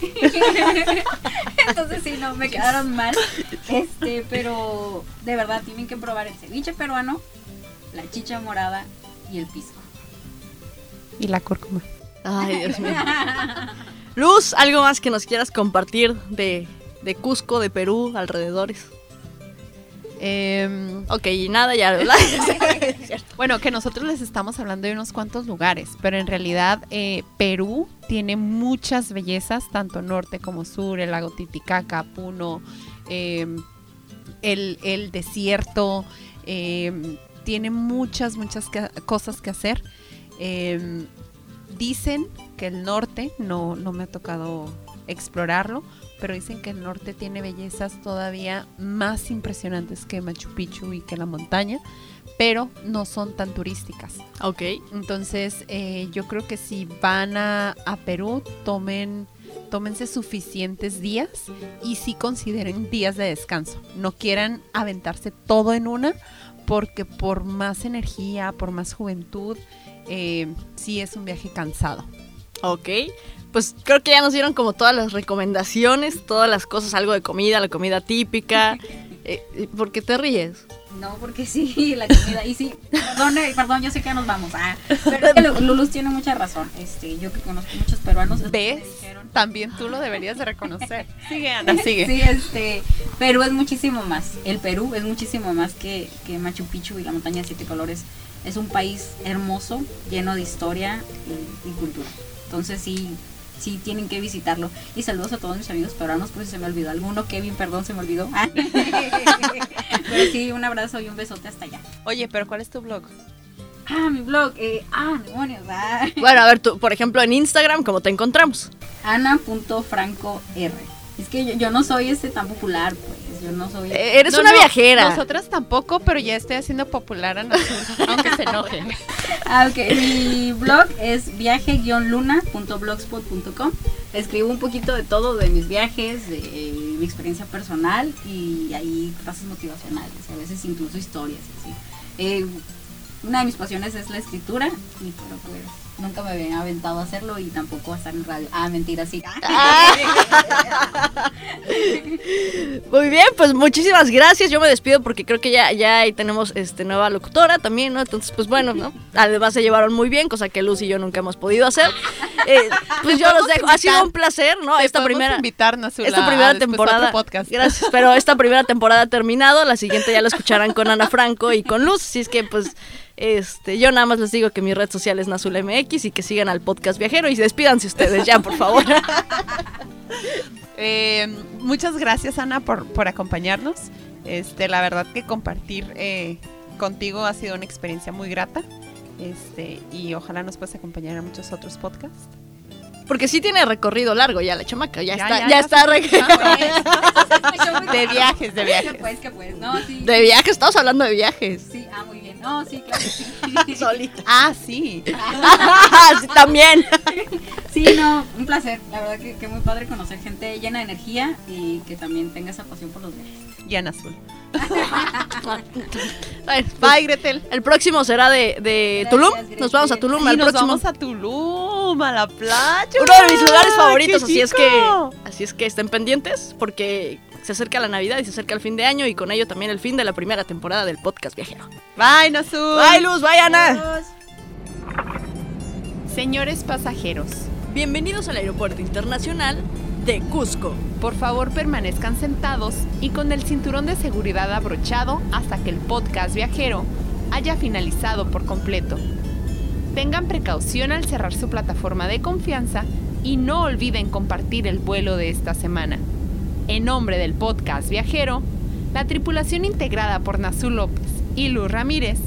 Speaker 2: [LAUGHS] Entonces sí, no, me quedaron mal. Este, pero de verdad tienen que probar el ceviche peruano, la chicha morada y el pisco.
Speaker 1: Y la cúrcuma.
Speaker 3: Ay, Dios [LAUGHS] mío. Luz, algo más que nos quieras compartir de, de Cusco, de Perú, alrededores.
Speaker 1: Em,
Speaker 3: Ok, y nada, ya. [LAUGHS] ¿verdad?
Speaker 1: Bueno, que nosotros les estamos hablando de unos cuantos lugares, pero en realidad eh, Perú tiene muchas bellezas, tanto norte como sur, el lago Titicaca, Puno, eh, el, el desierto, eh, tiene muchas, muchas ca- cosas que hacer. Eh, dicen que el norte, no, no me ha tocado explorarlo, pero dicen que el norte tiene bellezas todavía más impresionantes que Machu Picchu y que la montaña pero no son tan turísticas.
Speaker 3: ok.
Speaker 1: Entonces, eh, yo creo que si van a, a Perú, tomen, tómense suficientes días y sí consideren [LAUGHS] días de descanso. No quieran aventarse todo en una, porque por más energía, por más juventud, eh, sí es un viaje [LAUGHS] cansado.
Speaker 3: Ok, pues creo que ya nos dieron como todas las recomendaciones, todas las cosas, algo de comida, la comida [LAUGHS] típica. Eh, eh, ¿Por qué te ríes?
Speaker 2: No, porque sí, [LAUGHS] la comida. Y sí, perdón, eh, perdón, yo sé que ya nos vamos. ah, pero es que Lu- Lulus tiene mucha razón. Este, yo que conozco muchos peruanos. es lo que me
Speaker 1: ¿Ves?
Speaker 2: dijeron.
Speaker 1: También tú lo deberías de reconocer. [LAUGHS] Sigue, Ana, sigue.
Speaker 2: [LAUGHS] Sí, este, Perú es muchísimo más. El Perú es muchísimo más que, que Machu Picchu y la montaña de siete colores. Es un país hermoso, lleno de historia y, y cultura. Entonces sí, sí tienen que visitarlo. Y saludos a todos mis amigos peruanos, pues se me olvidó alguno, Kevin, perdón, se me olvidó. [LAUGHS] Pero sí, un abrazo y un besote hasta allá.
Speaker 1: Oye, pero ¿cuál es tu blog?
Speaker 2: Ah, mi blog, eh, ah, demonios, ah. [LAUGHS]
Speaker 3: Bueno, a ver, tú, por ejemplo, en Instagram, ¿cómo te encontramos?
Speaker 2: Ana.francoR. Es que yo, yo no soy este tan popular, pues, yo no soy...
Speaker 3: Eh, Eres
Speaker 1: No,
Speaker 3: una
Speaker 1: no,
Speaker 3: viajera.
Speaker 1: Nosotras tampoco, pero ya estoy haciendo popular a Nazul, aunque se enoje.
Speaker 2: Ah, ok. Mi blog es viaje-luna.blogspot.com. Escribo un poquito de todo, de mis viajes, de eh, mi experiencia personal y ahí frases motivacionales, a veces incluso historias. Así. Eh, una de mis pasiones es la escritura, y pero pues nunca me había aventado a hacerlo y tampoco a estar en radio. Ah, mentira, sí.
Speaker 3: [LAUGHS]
Speaker 2: [LAUGHS]
Speaker 3: Muy bien, pues muchísimas gracias. Yo me despido porque creo que ya, ya ahí tenemos este, nueva locutora también, ¿no? Entonces, pues bueno, ¿no? Además se llevaron muy bien, cosa que Luz y yo nunca hemos podido hacer. Eh, pues yo los dejo. Ha sido un placer, ¿no? Esta primera.
Speaker 1: invitarnos a
Speaker 3: Esta primera temporada. Gracias, pero esta primera temporada ha terminado. La siguiente ya la escucharán con Ana Franco y con Luz. Así es que, pues, este, yo nada más les digo que mi red social es NazulMX y que sigan al podcast viajero y despídanse ustedes ya, por favor. [LAUGHS]
Speaker 1: Eh, muchas gracias, Ana, por, por acompañarnos. Este, la verdad que compartir eh, contigo ha sido una experiencia muy grata. Este, y ojalá nos puedas acompañar a muchos otros podcasts.
Speaker 3: Porque sí tiene recorrido largo ya la chamaca, ya,
Speaker 1: Ya,
Speaker 3: está,
Speaker 1: ya,
Speaker 3: ya,
Speaker 1: ya
Speaker 3: está
Speaker 1: Ah,
Speaker 3: re-
Speaker 1: De viajes, de viajes.
Speaker 2: Que pues, que pues, no, sí.
Speaker 3: de viaje, estamos hablando de
Speaker 2: [LAUGHS]
Speaker 3: viajes. [LAUGHS]
Speaker 2: Sí, ah, muy bien. No, sí, claro,
Speaker 1: [LAUGHS]
Speaker 2: que sí.
Speaker 3: Solita.
Speaker 1: Ah, sí.
Speaker 3: Sí, también.
Speaker 2: Sí, no, un placer. La verdad que, que muy padre conocer gente llena de energía y que también tenga esa pasión por los viajes.
Speaker 1: Y Ana Azul.
Speaker 3: Bueno, pues,
Speaker 1: Bye, Gretel.
Speaker 3: el próximo será de, de
Speaker 2: Gracias,
Speaker 3: Tulum.
Speaker 2: Gretel.
Speaker 3: Nos vamos a Tulum
Speaker 1: Y
Speaker 3: al
Speaker 1: nos
Speaker 3: próximo.
Speaker 1: vamos a Tulum. mala playa.
Speaker 3: Uno de mis lugares favoritos,
Speaker 1: ¡Ah, ¡Qué
Speaker 3: así es
Speaker 1: chico!
Speaker 3: que así es que estén pendientes porque se acerca la Navidad y se acerca el fin de año y con ello también el fin de la primera temporada del podcast viajero.
Speaker 1: Bye, Nazul.
Speaker 3: Bye Luz, bye Ana.
Speaker 2: Adiós.
Speaker 4: Señores pasajeros,
Speaker 3: Bienvenidos al aeropuerto internacional de Cusco.
Speaker 4: por favor permanezcan sentados y con el cinturón de seguridad abrochado hasta que el podcast viajero haya finalizado por completo. Tengan precaución al cerrar su plataforma de confianza y no olviden compartir el vuelo de esta semana. En nombre del podcast viajero, la tripulación integrada por Nazul López y Luz Ramírez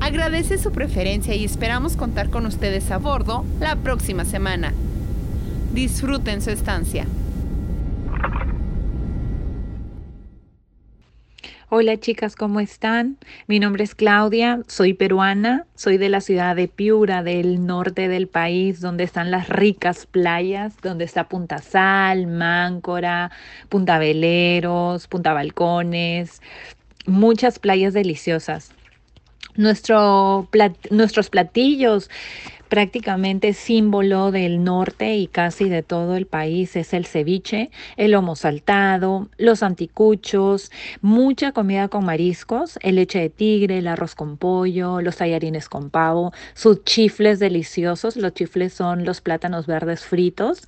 Speaker 4: agradece su preferencia y esperamos contar con ustedes a bordo la próxima semana. Disfruten su estancia.
Speaker 7: Hola chicas, ¿cómo están? Mi nombre es Claudia, soy peruana, soy de la ciudad de Piura, del norte del país, donde están las ricas playas, donde está Punta Sal, Máncora, Punta Veleros, Punta Balcones, muchas playas deliciosas. Nuestro plat- nuestros platillos prácticamente símbolo del norte y casi de todo el país es el ceviche, el lomo saltado, los anticuchos, mucha comida con mariscos, el leche de tigre, el arroz con pollo, los tallarines con pavo, sus chifles deliciosos, los chifles son los plátanos verdes fritos.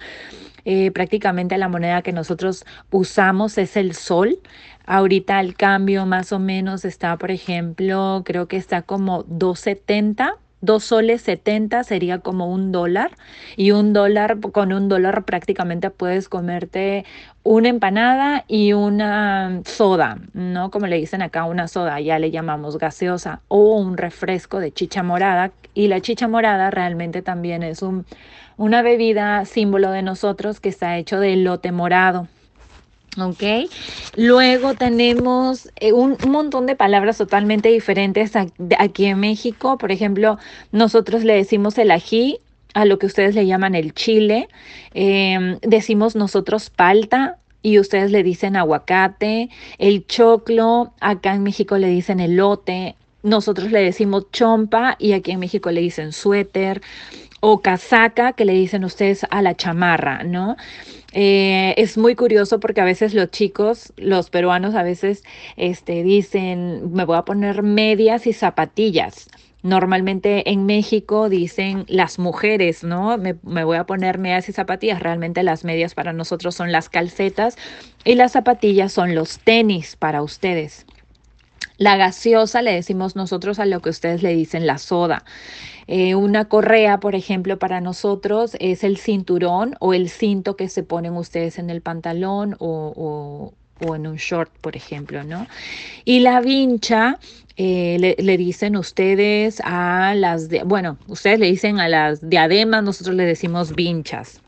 Speaker 7: Eh, prácticamente la moneda que nosotros usamos es el sol. Ahorita el cambio más o menos está, por ejemplo, creo que está como 2.70. 2 soles 70 sería como un dólar y un dólar con un dólar prácticamente puedes comerte una empanada y una soda, ¿no? Como le dicen acá, una soda, ya le llamamos gaseosa, o un refresco de chicha morada. Y la chicha morada realmente también es un, una bebida símbolo de nosotros que está hecho de lote morado. Ok, luego tenemos eh, un un montón de palabras totalmente diferentes a- de- aquí en México. Por ejemplo, nosotros le decimos el ají a lo que ustedes le llaman el chile. Eh, decimos nosotros palta y ustedes le dicen aguacate. El choclo, acá en México le dicen elote. Nosotros le decimos chompa y aquí en México le dicen suéter o casaca que le dicen ustedes a la chamarra, ¿no? Eh, es muy curioso porque a veces los chicos, los peruanos a veces este, dicen, me voy a poner medias y zapatillas. Normalmente en México dicen las mujeres, ¿no? Me, me voy a poner medias y zapatillas. Realmente las medias para nosotros son las calcetas y las zapatillas son los tenis para ustedes. La gaseosa le decimos nosotros a lo que ustedes le dicen la soda. Eh, una correa, por ejemplo, para nosotros es el cinturón o el cinto que se ponen ustedes en el pantalón o, o- o en un short, por ejemplo, ¿no? Y la vincha eh, le, le dicen ustedes a las, de- bueno, ustedes le dicen a las diademas, nosotros le decimos vinchas.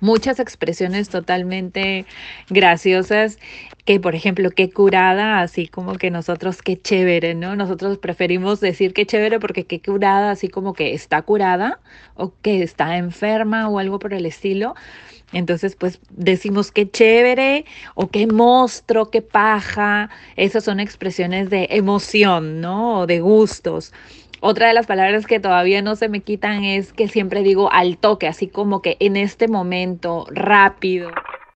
Speaker 7: Muchas expresiones totalmente graciosas que por ejemplo, qué curada, así como que nosotros qué chévere, ¿no? Nosotros preferimos decir qué chévere porque qué curada, así como que está curada o que está enferma o algo por el estilo. Entonces, pues decimos qué chévere o qué monstruo, qué paja. Esas son expresiones de emoción, ¿no? O de gustos. Otra de las palabras que todavía no se me quitan es que siempre digo al toque, así como que en este momento, rápido.